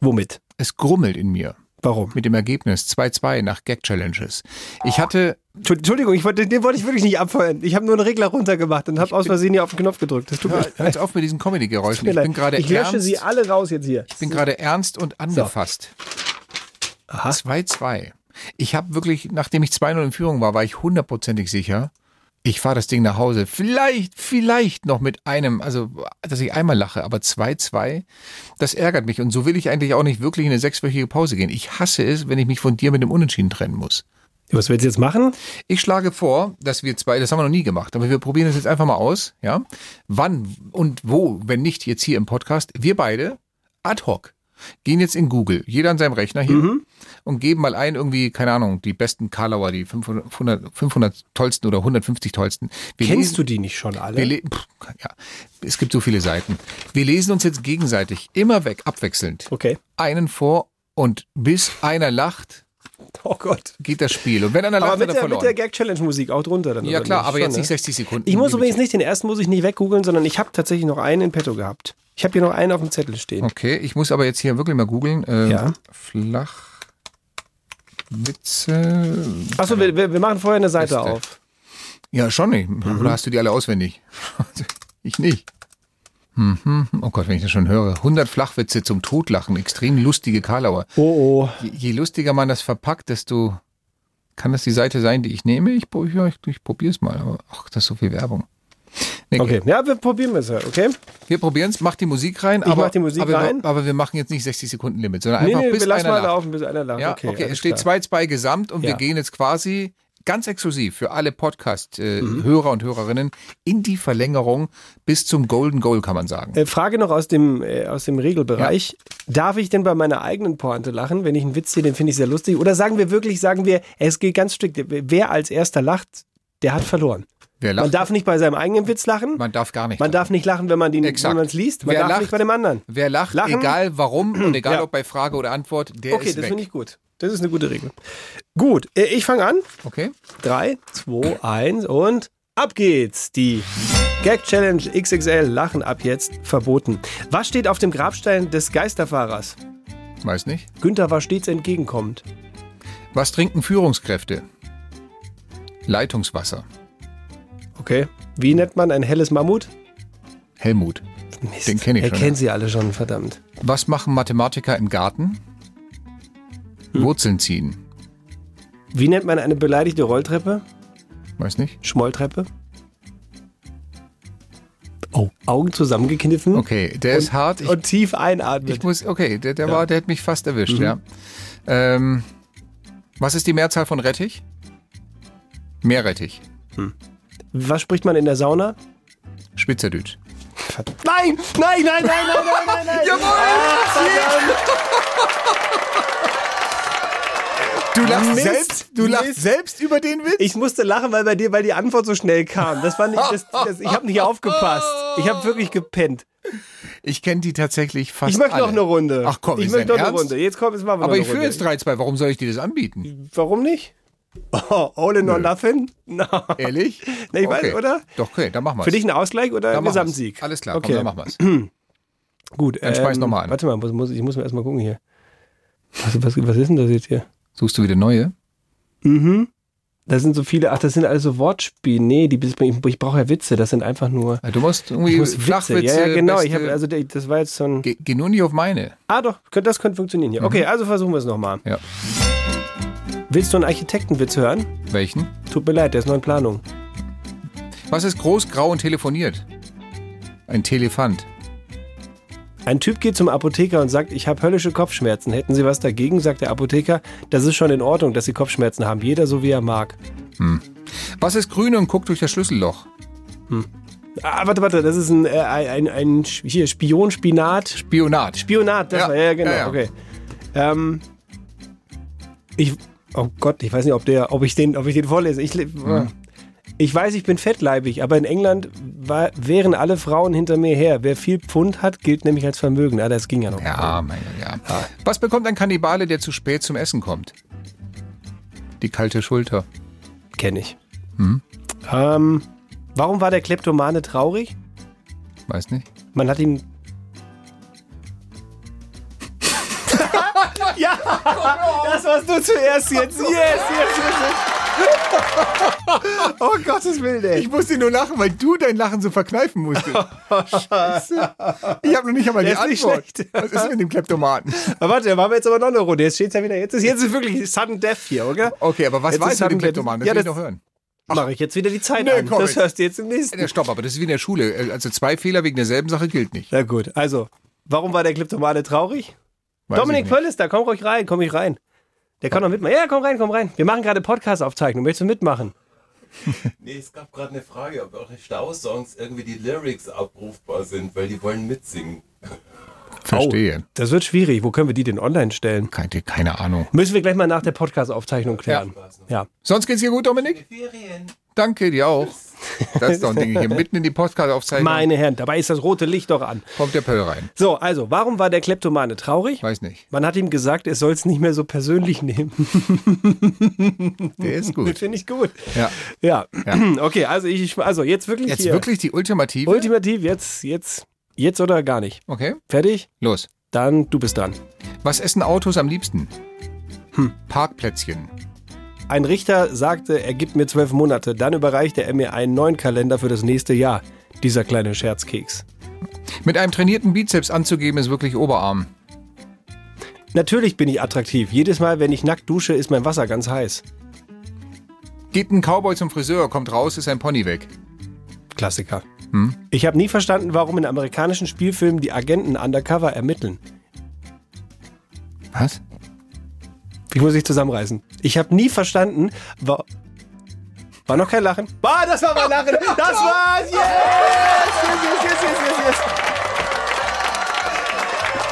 Speaker 2: Womit?
Speaker 3: Es grummelt in mir
Speaker 2: Warum?
Speaker 3: mit dem Ergebnis 2-2 nach Gag Challenges. Ich hatte
Speaker 2: Entschu- Entschuldigung, ich wollte, den wollte ich wirklich nicht abfeuern. Ich habe nur einen Regler runtergemacht und habe aus Versehen hier auf den Knopf gedrückt. Das tut mir
Speaker 3: Hör, hör jetzt auf mit diesen Comedy-Geräuschen.
Speaker 2: Tut mir
Speaker 3: Ich
Speaker 2: leid.
Speaker 3: bin gerade
Speaker 2: ich lösche
Speaker 3: ernst,
Speaker 2: sie alle raus jetzt hier.
Speaker 3: ich bin gerade ernst und angefasst. 2-2. Ich habe wirklich, nachdem ich 2-0 in Führung war, war ich hundertprozentig sicher, ich fahre das Ding nach Hause. Vielleicht, vielleicht noch mit einem, also, dass ich einmal lache, aber 2-2, das ärgert mich. Und so will ich eigentlich auch nicht wirklich in eine sechswöchige Pause gehen. Ich hasse es, wenn ich mich von dir mit dem Unentschieden trennen muss.
Speaker 2: Was willst du jetzt machen?
Speaker 3: Ich schlage vor, dass wir zwei, das haben wir noch nie gemacht, aber wir probieren das jetzt einfach mal aus, ja? Wann und wo, wenn nicht jetzt hier im Podcast, wir beide ad hoc gehen jetzt in Google, jeder an seinem Rechner hier
Speaker 2: Mhm.
Speaker 3: und geben mal ein irgendwie, keine Ahnung, die besten Karlauer, die 500, 500 tollsten oder 150 tollsten. Wir
Speaker 2: Kennst du die nicht schon alle?
Speaker 3: wir le- pff, ja, es gibt so viele Seiten. Wir lesen uns jetzt gegenseitig immer weg, abwechselnd,
Speaker 2: Okay.
Speaker 3: einen vor und bis einer lacht,
Speaker 2: Oh Gott.
Speaker 3: geht das Spiel. Und wenn einer lacht,
Speaker 2: Aber mit
Speaker 3: hat
Speaker 2: der,
Speaker 3: er verloren.
Speaker 2: mit der Gag-Challenge-Musik auch drunter dann.
Speaker 3: Ja
Speaker 2: oder
Speaker 3: klar,
Speaker 2: nicht?
Speaker 3: aber
Speaker 2: Schon,
Speaker 3: jetzt
Speaker 2: ne?
Speaker 3: nicht 60 Sekunden.
Speaker 2: Ich muss
Speaker 3: Liebe
Speaker 2: übrigens nicht, den ersten muss ich nicht weggoogeln, sondern ich habe tatsächlich noch einen in petto gehabt. Ich habe hier noch einen auf dem Zettel stehen.
Speaker 3: Okay, ich muss aber jetzt hier wirklich mal googeln. Ähm,
Speaker 2: Ja.
Speaker 3: Flachwitze.
Speaker 2: Achso, wir, wir wir machen vorher eine Seite
Speaker 3: Liste.
Speaker 2: auf.
Speaker 3: Ja, schon nicht. Oder hast du die alle auswendig? ich nicht. Hm, hm, hm. Oh Gott, wenn ich das schon höre. 100 Flachwitze zum Totlachen. Extrem lustige Karlauer.
Speaker 2: Oh, oh.
Speaker 3: Je, je lustiger man das verpackt, desto. Kann das die Seite sein, die ich nehme? Ich, prob- ja, ich, ich probiere es mal. Aber ach, das ist so viel Werbung. Nee,
Speaker 2: Okay, ja, wir probieren es halt, okay?
Speaker 3: Wir probieren es. Mach die Musik rein. aber,
Speaker 2: mach die Musik
Speaker 3: aber, wir-
Speaker 2: rein.
Speaker 3: Aber wir machen jetzt nicht 60 Sekunden Limit, sondern
Speaker 2: Nee,
Speaker 3: einfach
Speaker 2: nee,
Speaker 3: bis
Speaker 2: wir lassen
Speaker 3: einer
Speaker 2: mal
Speaker 3: lacht.
Speaker 2: laufen, bis einer lacht.
Speaker 3: Ja, okay.
Speaker 2: alles
Speaker 3: es steht
Speaker 2: klar.
Speaker 3: 2-2 gesamt und
Speaker 2: Ja. Mhm.
Speaker 3: wir gehen jetzt quasi ganz exklusiv für alle Podcast-Hörer und Hörerinnen in die Verlängerung bis zum Golden Goal, kann man sagen.
Speaker 2: Äh, Frage noch aus dem, äh, aus dem Regelbereich. Darf ich denn bei meiner eigenen Pointe lachen, wenn ich einen Witz sehe, den finde ich sehr lustig? Oder sagen wir wirklich, sagen wir, es geht ganz strikt, wer als erster lacht, der hat verloren.
Speaker 3: Wer
Speaker 2: Man
Speaker 3: lacht,
Speaker 2: darf nicht bei seinem eigenen Witz lachen.
Speaker 3: man darf gar nicht.
Speaker 2: Man darf nicht lachen, wenn man den-
Speaker 3: Exakt.
Speaker 2: wenn man es liest. Man
Speaker 3: Wer
Speaker 2: darf
Speaker 3: lacht,
Speaker 2: nicht bei dem anderen.
Speaker 3: Wer lacht,
Speaker 2: Lachen?
Speaker 3: egal warum und egal
Speaker 2: Ja.
Speaker 3: ob bei Frage oder Antwort, der
Speaker 2: Okay,
Speaker 3: ist
Speaker 2: das
Speaker 3: weg.
Speaker 2: finde ich gut. Das ist eine gute Regel. Gut, äh, ich fange an.
Speaker 3: okay.
Speaker 2: Drei, zwei, eins und ab geht's. Die Gag Challenge XXL Lachen ab jetzt verboten. Was steht auf dem Grabstein des Geisterfahrers?
Speaker 3: Weiß nicht.
Speaker 2: Günther war stets entgegenkommend.
Speaker 3: Was trinken Führungskräfte? Leitungswasser.
Speaker 2: Okay. Wie nennt man ein helles Mammut?
Speaker 3: Helmut.
Speaker 2: Mist.
Speaker 3: Den kenne ich
Speaker 2: Er
Speaker 3: schon.
Speaker 2: kennt sie alle schon, verdammt.
Speaker 3: Was machen Mathematiker im Garten?
Speaker 2: Hm.
Speaker 3: Wurzeln ziehen.
Speaker 2: Wie nennt man eine beleidigte Rolltreppe?
Speaker 3: Weiß nicht.
Speaker 2: Schmolltreppe? Oh, Augen zusammengekniffen.
Speaker 3: Okay, der ist hart. Ich,
Speaker 2: und tief einatmen.
Speaker 3: ich muss, okay, der, der, war, der hat mich fast
Speaker 2: Mhm.
Speaker 3: erwischt, ja. Ähm, was ist die Mehrzahl von Rettich? Meerrettich.
Speaker 2: Was spricht man in der Sauna?
Speaker 3: Spitzerdüt.
Speaker 2: Nein, nein, nein, nein, nein, nein, nein, nein. Ah,
Speaker 3: Du lachst
Speaker 2: Mist,
Speaker 3: selbst, du lachst
Speaker 2: Mist.
Speaker 3: selbst über den Witz?
Speaker 2: Ich musste lachen, weil bei dir, weil die Antwort so schnell kam. Das war nicht, das, das, ich habe nicht aufgepasst. Ich habe wirklich gepennt.
Speaker 3: Ich kenne die tatsächlich fast
Speaker 2: ich möchte
Speaker 3: alle.
Speaker 2: noch eine Runde.
Speaker 3: Ach komm,
Speaker 2: ich
Speaker 3: ist
Speaker 2: möchte
Speaker 3: dein
Speaker 2: noch eine
Speaker 3: Ernst?
Speaker 2: Runde. Jetzt komm, jetzt machen wir noch
Speaker 3: Aber
Speaker 2: eine
Speaker 3: ich führe
Speaker 2: Runde.
Speaker 3: jetzt 3-2. Warum soll ich dir das anbieten?
Speaker 2: Warum nicht? Oh, all in or nothing? No.
Speaker 3: Ehrlich?
Speaker 2: Na, ich weiß, oder?
Speaker 3: Doch, okay, dann machen wir
Speaker 2: Für dich ein Ausgleich oder ein Gesamtsieg?
Speaker 3: Alles klar,
Speaker 2: okay.
Speaker 3: komm, dann machen wir's.
Speaker 2: Gut, ähm,
Speaker 3: Dann schmeiß noch mal an.
Speaker 2: Warte mal, muss, muss, ich muss mir erstmal gucken hier. Was, was, was ist denn das jetzt hier?
Speaker 3: Suchst du wieder neue?
Speaker 2: Mhm. Da sind so viele, ach, das sind alles so Wortspiele. Nee, die, ich brauche ja Witze, das sind einfach nur.
Speaker 3: Du musst irgendwie
Speaker 2: Ich muss Witze.
Speaker 3: Flachwitze.
Speaker 2: Ja, ja, genau.
Speaker 3: beste-
Speaker 2: Ich habe also der- das war jetzt so ein.
Speaker 3: Geh, geh nur nicht auf meine.
Speaker 2: Ah, doch, könnt- das könnte funktionieren hier.
Speaker 3: Mhm.
Speaker 2: Okay, also versuchen wir es nochmal.
Speaker 3: Ja.
Speaker 2: Willst du einen Architektenwitz hören?
Speaker 3: Welchen?
Speaker 2: Tut mir leid, der ist noch in Planung.
Speaker 3: Was ist groß, grau und telefoniert? Ein Telefant.
Speaker 2: Ein Typ geht zum Apotheker und sagt, ich habe höllische Kopfschmerzen. Hätten Sie was dagegen? Sagt der Apotheker, das ist schon in Ordnung, dass Sie Kopfschmerzen haben. Jeder so wie er mag.
Speaker 3: Was ist grün und guckt durch das Schlüsselloch?
Speaker 2: Ah, warte, warte, das ist ein, äh, ein, ein, ein hier, Spion, Spinat.
Speaker 3: Spionat.
Speaker 2: Spionat, das
Speaker 3: Ja,
Speaker 2: war, ja, ja, genau,
Speaker 3: ja, ja.
Speaker 2: okay. Ähm, ich, oh Gott, ich weiß nicht, ob der, ob ich den, ob ich den vorlese. Ich,
Speaker 3: Mhm.
Speaker 2: le- ich weiß, ich bin fettleibig, aber in England war, wären alle Frauen hinter mir her. Wer viel Pfund hat, gilt nämlich als Vermögen. Ah, das ging ja noch.
Speaker 3: Ja, mein Gott, ja. Was bekommt ein Kannibale, der zu spät zum Essen kommt? Die kalte Schulter.
Speaker 2: Kenne ich.
Speaker 3: Mhm.
Speaker 2: Ähm, warum war der Kleptomane traurig?
Speaker 3: Weiß nicht.
Speaker 2: Man hat ihn. ja, das warst du zuerst jetzt. Yes, yes, yes. yes. oh Gottes Willen, ey.
Speaker 3: Ich musste nur lachen, weil du dein Lachen so verkneifen musstest. Scheiße. Ich habe noch nicht einmal
Speaker 2: Der
Speaker 3: die
Speaker 2: ist nicht
Speaker 3: Antwort.
Speaker 2: schlecht.
Speaker 3: Was ist mit dem Kleptomaten?
Speaker 2: Aber warte, da machen wir jetzt aber noch eine Runde. Jetzt steht's ja wieder. Jetzt ist, jetzt ist wirklich Sudden Death hier, oder?
Speaker 3: Okay, aber was
Speaker 2: Jetzt
Speaker 3: weißt
Speaker 2: ist
Speaker 3: du mit dem
Speaker 2: Sudden Death.
Speaker 3: Kleptomanen? Das
Speaker 2: Ja,
Speaker 3: will ich
Speaker 2: das-
Speaker 3: noch hören.
Speaker 2: Mache ich jetzt wieder die Zeit
Speaker 3: Nee,
Speaker 2: an.
Speaker 3: komm
Speaker 2: Das
Speaker 3: jetzt.
Speaker 2: hörst du jetzt im nächsten.
Speaker 3: Ja, stopp, aber das ist wie in der Schule. Also zwei Fehler wegen derselben Sache gilt nicht.
Speaker 2: Na gut, also, warum war der Kleptomane traurig?
Speaker 3: Weiß
Speaker 2: Dominik
Speaker 3: ich nicht.
Speaker 2: Pöll ist da, komm ruhig rein, komm ich rein. Der kann doch mitmachen. Ja, komm rein, komm rein. Wir machen gerade Podcast-Aufzeichnung. Möchtest du mitmachen?
Speaker 14: Nee, es gab gerade eine Frage, ob eure Stausongs irgendwie die Lyrics abrufbar sind, weil die wollen mitsingen.
Speaker 3: Verstehe.
Speaker 2: Oh, das wird schwierig. Wo können wir die denn online stellen?
Speaker 3: Keine, keine Ahnung.
Speaker 2: Müssen wir gleich mal nach der Podcast-Aufzeichnung klären. Ja.
Speaker 3: Sonst geht's dir gut, Dominik? Danke, dir auch. Das ist doch ein Ding hier. Mitten in die Podcast-Aufzeichnung
Speaker 2: Meine Herren, dabei ist das rote Licht doch an.
Speaker 3: kommt der Pöll rein.
Speaker 2: So, also, warum war der Kleptomane traurig?
Speaker 3: Weiß nicht.
Speaker 2: Man hat ihm gesagt, er soll es nicht mehr so persönlich nehmen.
Speaker 3: Der ist
Speaker 2: Das
Speaker 3: gut.
Speaker 2: finde ich gut.
Speaker 3: Ja.
Speaker 2: Ja.
Speaker 3: Ja.
Speaker 2: Okay, also ich, ich- also jetzt wirklich
Speaker 3: Jetzt
Speaker 2: hier.
Speaker 3: wirklich die Ultimative?
Speaker 2: Ultimativ, jetzt, jetzt, jetzt oder gar nicht.
Speaker 3: okay,
Speaker 2: Fertig?
Speaker 3: los.
Speaker 2: Dann du bist dran.
Speaker 3: Was essen Autos am liebsten? Hm. Parkplätzchen.
Speaker 2: Ein Richter sagte, er gibt mir zwölf Monate, dann überreichte er mir einen neuen Kalender für das nächste Jahr. Dieser kleine Scherzkeks.
Speaker 3: Mit einem trainierten Bizeps anzugeben ist wirklich Oberarm.
Speaker 2: Natürlich bin ich attraktiv. Jedes Mal, wenn ich nackt dusche, ist mein Wasser ganz heiß.
Speaker 3: Geht ein Cowboy zum Friseur, kommt raus, ist ein Pony weg.
Speaker 2: Klassiker.
Speaker 3: Hm?
Speaker 2: Ich habe nie verstanden, warum in amerikanischen Spielfilmen die Agenten undercover ermitteln.
Speaker 3: Was?
Speaker 2: Ich muss mich zusammenreißen. Ich habe nie verstanden, wa war noch kein Lachen. Ah, das war mein Lachen. Das war's. Yes! Yes, yes, yes, yes, yes, yes.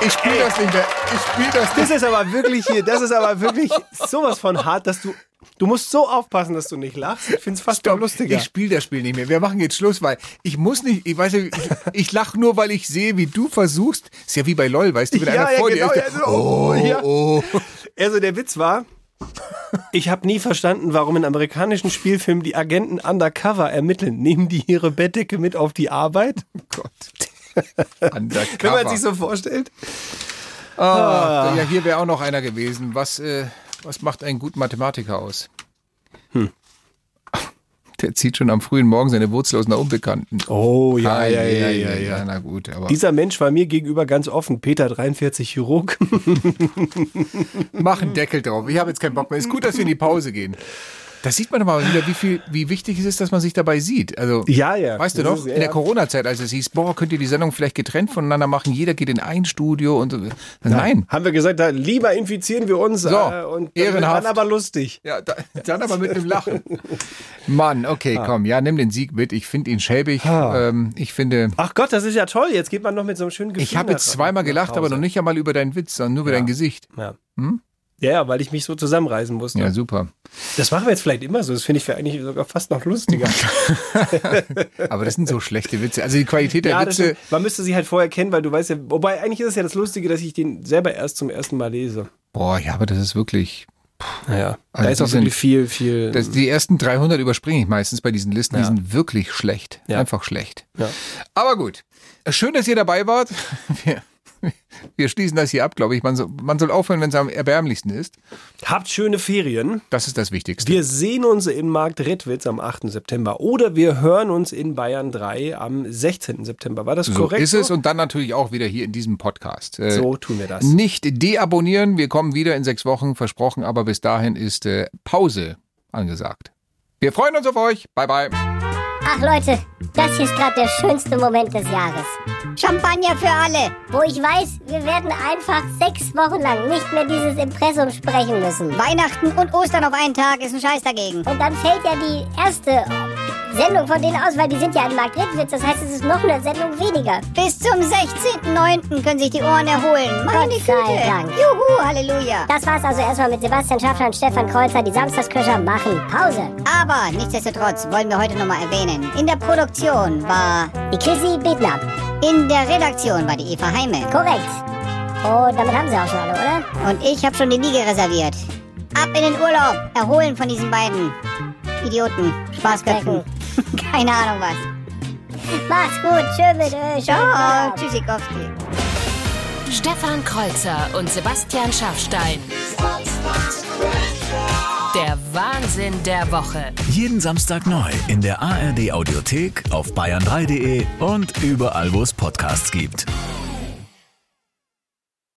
Speaker 3: Ich spiele das nicht mehr. Ich spiele das
Speaker 2: Das
Speaker 3: nicht.
Speaker 2: ist aber wirklich hier, das ist aber wirklich sowas von hart, dass du, du musst so aufpassen, dass du nicht lachst. Ich find's fast noch lustiger.
Speaker 3: Ich spiele das Spiel nicht mehr. Wir machen jetzt Schluss, weil ich muss nicht, ich weiß ja, ich, ich lache nur, weil ich sehe, wie du versuchst. Ist ja wie bei LOL, weißt du, wenn einer vor dir ist.
Speaker 2: ja, so, oh, ja. Also der Witz war, ich habe nie verstanden, warum in amerikanischen Spielfilmen die Agenten undercover ermitteln. Nehmen die ihre Bettdecke mit auf die Arbeit?
Speaker 3: Gott. Undercover.
Speaker 2: Wenn man sich so vorstellt.
Speaker 3: Ah, Ja, hier wäre auch noch einer gewesen. Was, äh, was macht einen guten Mathematiker aus? Der zieht schon am frühen Morgen seine Wurzel aus einer Unbekannten.
Speaker 2: Oh, ja, ja, ja, ja, ja.
Speaker 3: Na gut, aber.
Speaker 2: Dieser Mensch war mir gegenüber ganz offen. Peter 43 Chirurg.
Speaker 3: Mach einen Deckel drauf. Ich habe jetzt keinen Bock mehr. Ist gut, dass wir in die Pause gehen. Das sieht man doch mal wieder, wie viel, wie wichtig es ist, dass man sich dabei sieht. Also,
Speaker 2: Ja, ja.
Speaker 3: weißt du
Speaker 2: Das
Speaker 3: noch,
Speaker 2: ist- ja,
Speaker 3: in der
Speaker 2: ja.
Speaker 3: Corona-Zeit, als es hieß, boah, könnt ihr die Sendung vielleicht getrennt voneinander machen, jeder geht in ein Studio und so. Nein.
Speaker 2: Haben wir gesagt, da lieber infizieren wir uns
Speaker 3: So,
Speaker 2: äh, und dann-
Speaker 3: ehrenhaft.
Speaker 2: dann aber lustig.
Speaker 3: Ja, da, dann aber mit einem Lachen. Mann, okay, komm, ja, nimm den Sieg mit. Ich finde ihn schäbig.
Speaker 2: Ah.
Speaker 3: Ähm, ich finde.
Speaker 2: Ach Gott, das ist ja toll. Jetzt geht man noch mit so einem schönen Gefühl.
Speaker 3: Ich habe jetzt zweimal gelacht, aber noch nicht einmal über deinen Witz, sondern nur über dein Gesicht.
Speaker 2: Ja.
Speaker 3: Hm?
Speaker 2: Ja, ja, weil ich mich so zusammenreißen musste.
Speaker 3: Ja, super.
Speaker 2: Das machen wir jetzt vielleicht immer so. Das finde ich eigentlich sogar fast noch lustiger.
Speaker 3: Aber das sind so schlechte Witze. Also die Qualität der
Speaker 2: ja, das
Speaker 3: Witze.
Speaker 2: stimmt. man müsste sie halt vorher kennen, weil du weißt ja, wobei eigentlich ist es ja das Lustige, dass ich den selber erst zum ersten Mal lese.
Speaker 3: Boah, ja, aber das ist wirklich.
Speaker 2: Naja,
Speaker 3: Also
Speaker 2: da ist
Speaker 3: die
Speaker 2: auch wirklich
Speaker 3: sind-
Speaker 2: viel, viel.
Speaker 3: Das, die ersten 300 überspringe ich meistens bei diesen Listen. Die
Speaker 2: Ja.
Speaker 3: sind wirklich schlecht.
Speaker 2: Ja.
Speaker 3: Einfach schlecht.
Speaker 2: Ja.
Speaker 3: Aber gut. Schön, dass ihr dabei wart. Wir, wir schließen das hier ab, glaube ich. Man, so, man soll aufhören, wenn es am erbärmlichsten ist.
Speaker 2: Habt schöne Ferien.
Speaker 3: Das ist das Wichtigste.
Speaker 2: Wir sehen uns in Markt Rittwitz am 8. September oder wir hören uns in Bayern 3 am 16. September. War das
Speaker 3: so
Speaker 2: korrekt?
Speaker 3: ist es
Speaker 2: so?
Speaker 3: und dann natürlich auch wieder hier in diesem Podcast. Äh,
Speaker 2: so tun wir das.
Speaker 3: Nicht deabonnieren, wir kommen wieder in sechs Wochen, versprochen, aber bis dahin ist äh, Pause angesagt. Wir freuen uns auf euch. Bye, bye.
Speaker 13: Ach Leute, das hier ist gerade der schönste Moment des Jahres. Champagner für alle! Wo ich weiß, wir werden einfach sechs Wochen lang nicht mehr dieses Impressum sprechen müssen. Weihnachten und Ostern auf einen Tag ist ein Scheiß dagegen. Und dann fällt ja die erste Sendung von denen aus, weil die sind ja in Marktredwitz. Das heißt, es ist noch eine Sendung weniger. Bis zum 16.09. können sich die Ohren erholen. Meine Güte! Dank. Juhu, Halleluja! Das war's also erstmal mit Sebastian Schaffner und Stefan Kreuzer. Die Samstagsköcher machen Pause.
Speaker 15: Aber nichtsdestotrotz wollen wir heute nochmal erwähnen, in der Produktion war
Speaker 13: die Chrissy Bednab.
Speaker 15: In der Redaktion war die Eva Heime.
Speaker 13: Korrekt. Und damit haben sie auch schon alle, oder?
Speaker 15: Und ich habe schon die Liege reserviert. Ab in den Urlaub. Erholen von diesen beiden Idioten. Spaßköpfen. Keine Ahnung was.
Speaker 13: Macht's gut. Tschö mit euch.
Speaker 15: Ciao. Tschüssikowski.
Speaker 6: Stefan Kreuzer und Sebastian Schaffstein. Der Wahnsinn der Woche.
Speaker 1: Jeden Samstag neu in der ARD Audiothek, auf bayern3.de und überall, wo es Podcasts gibt.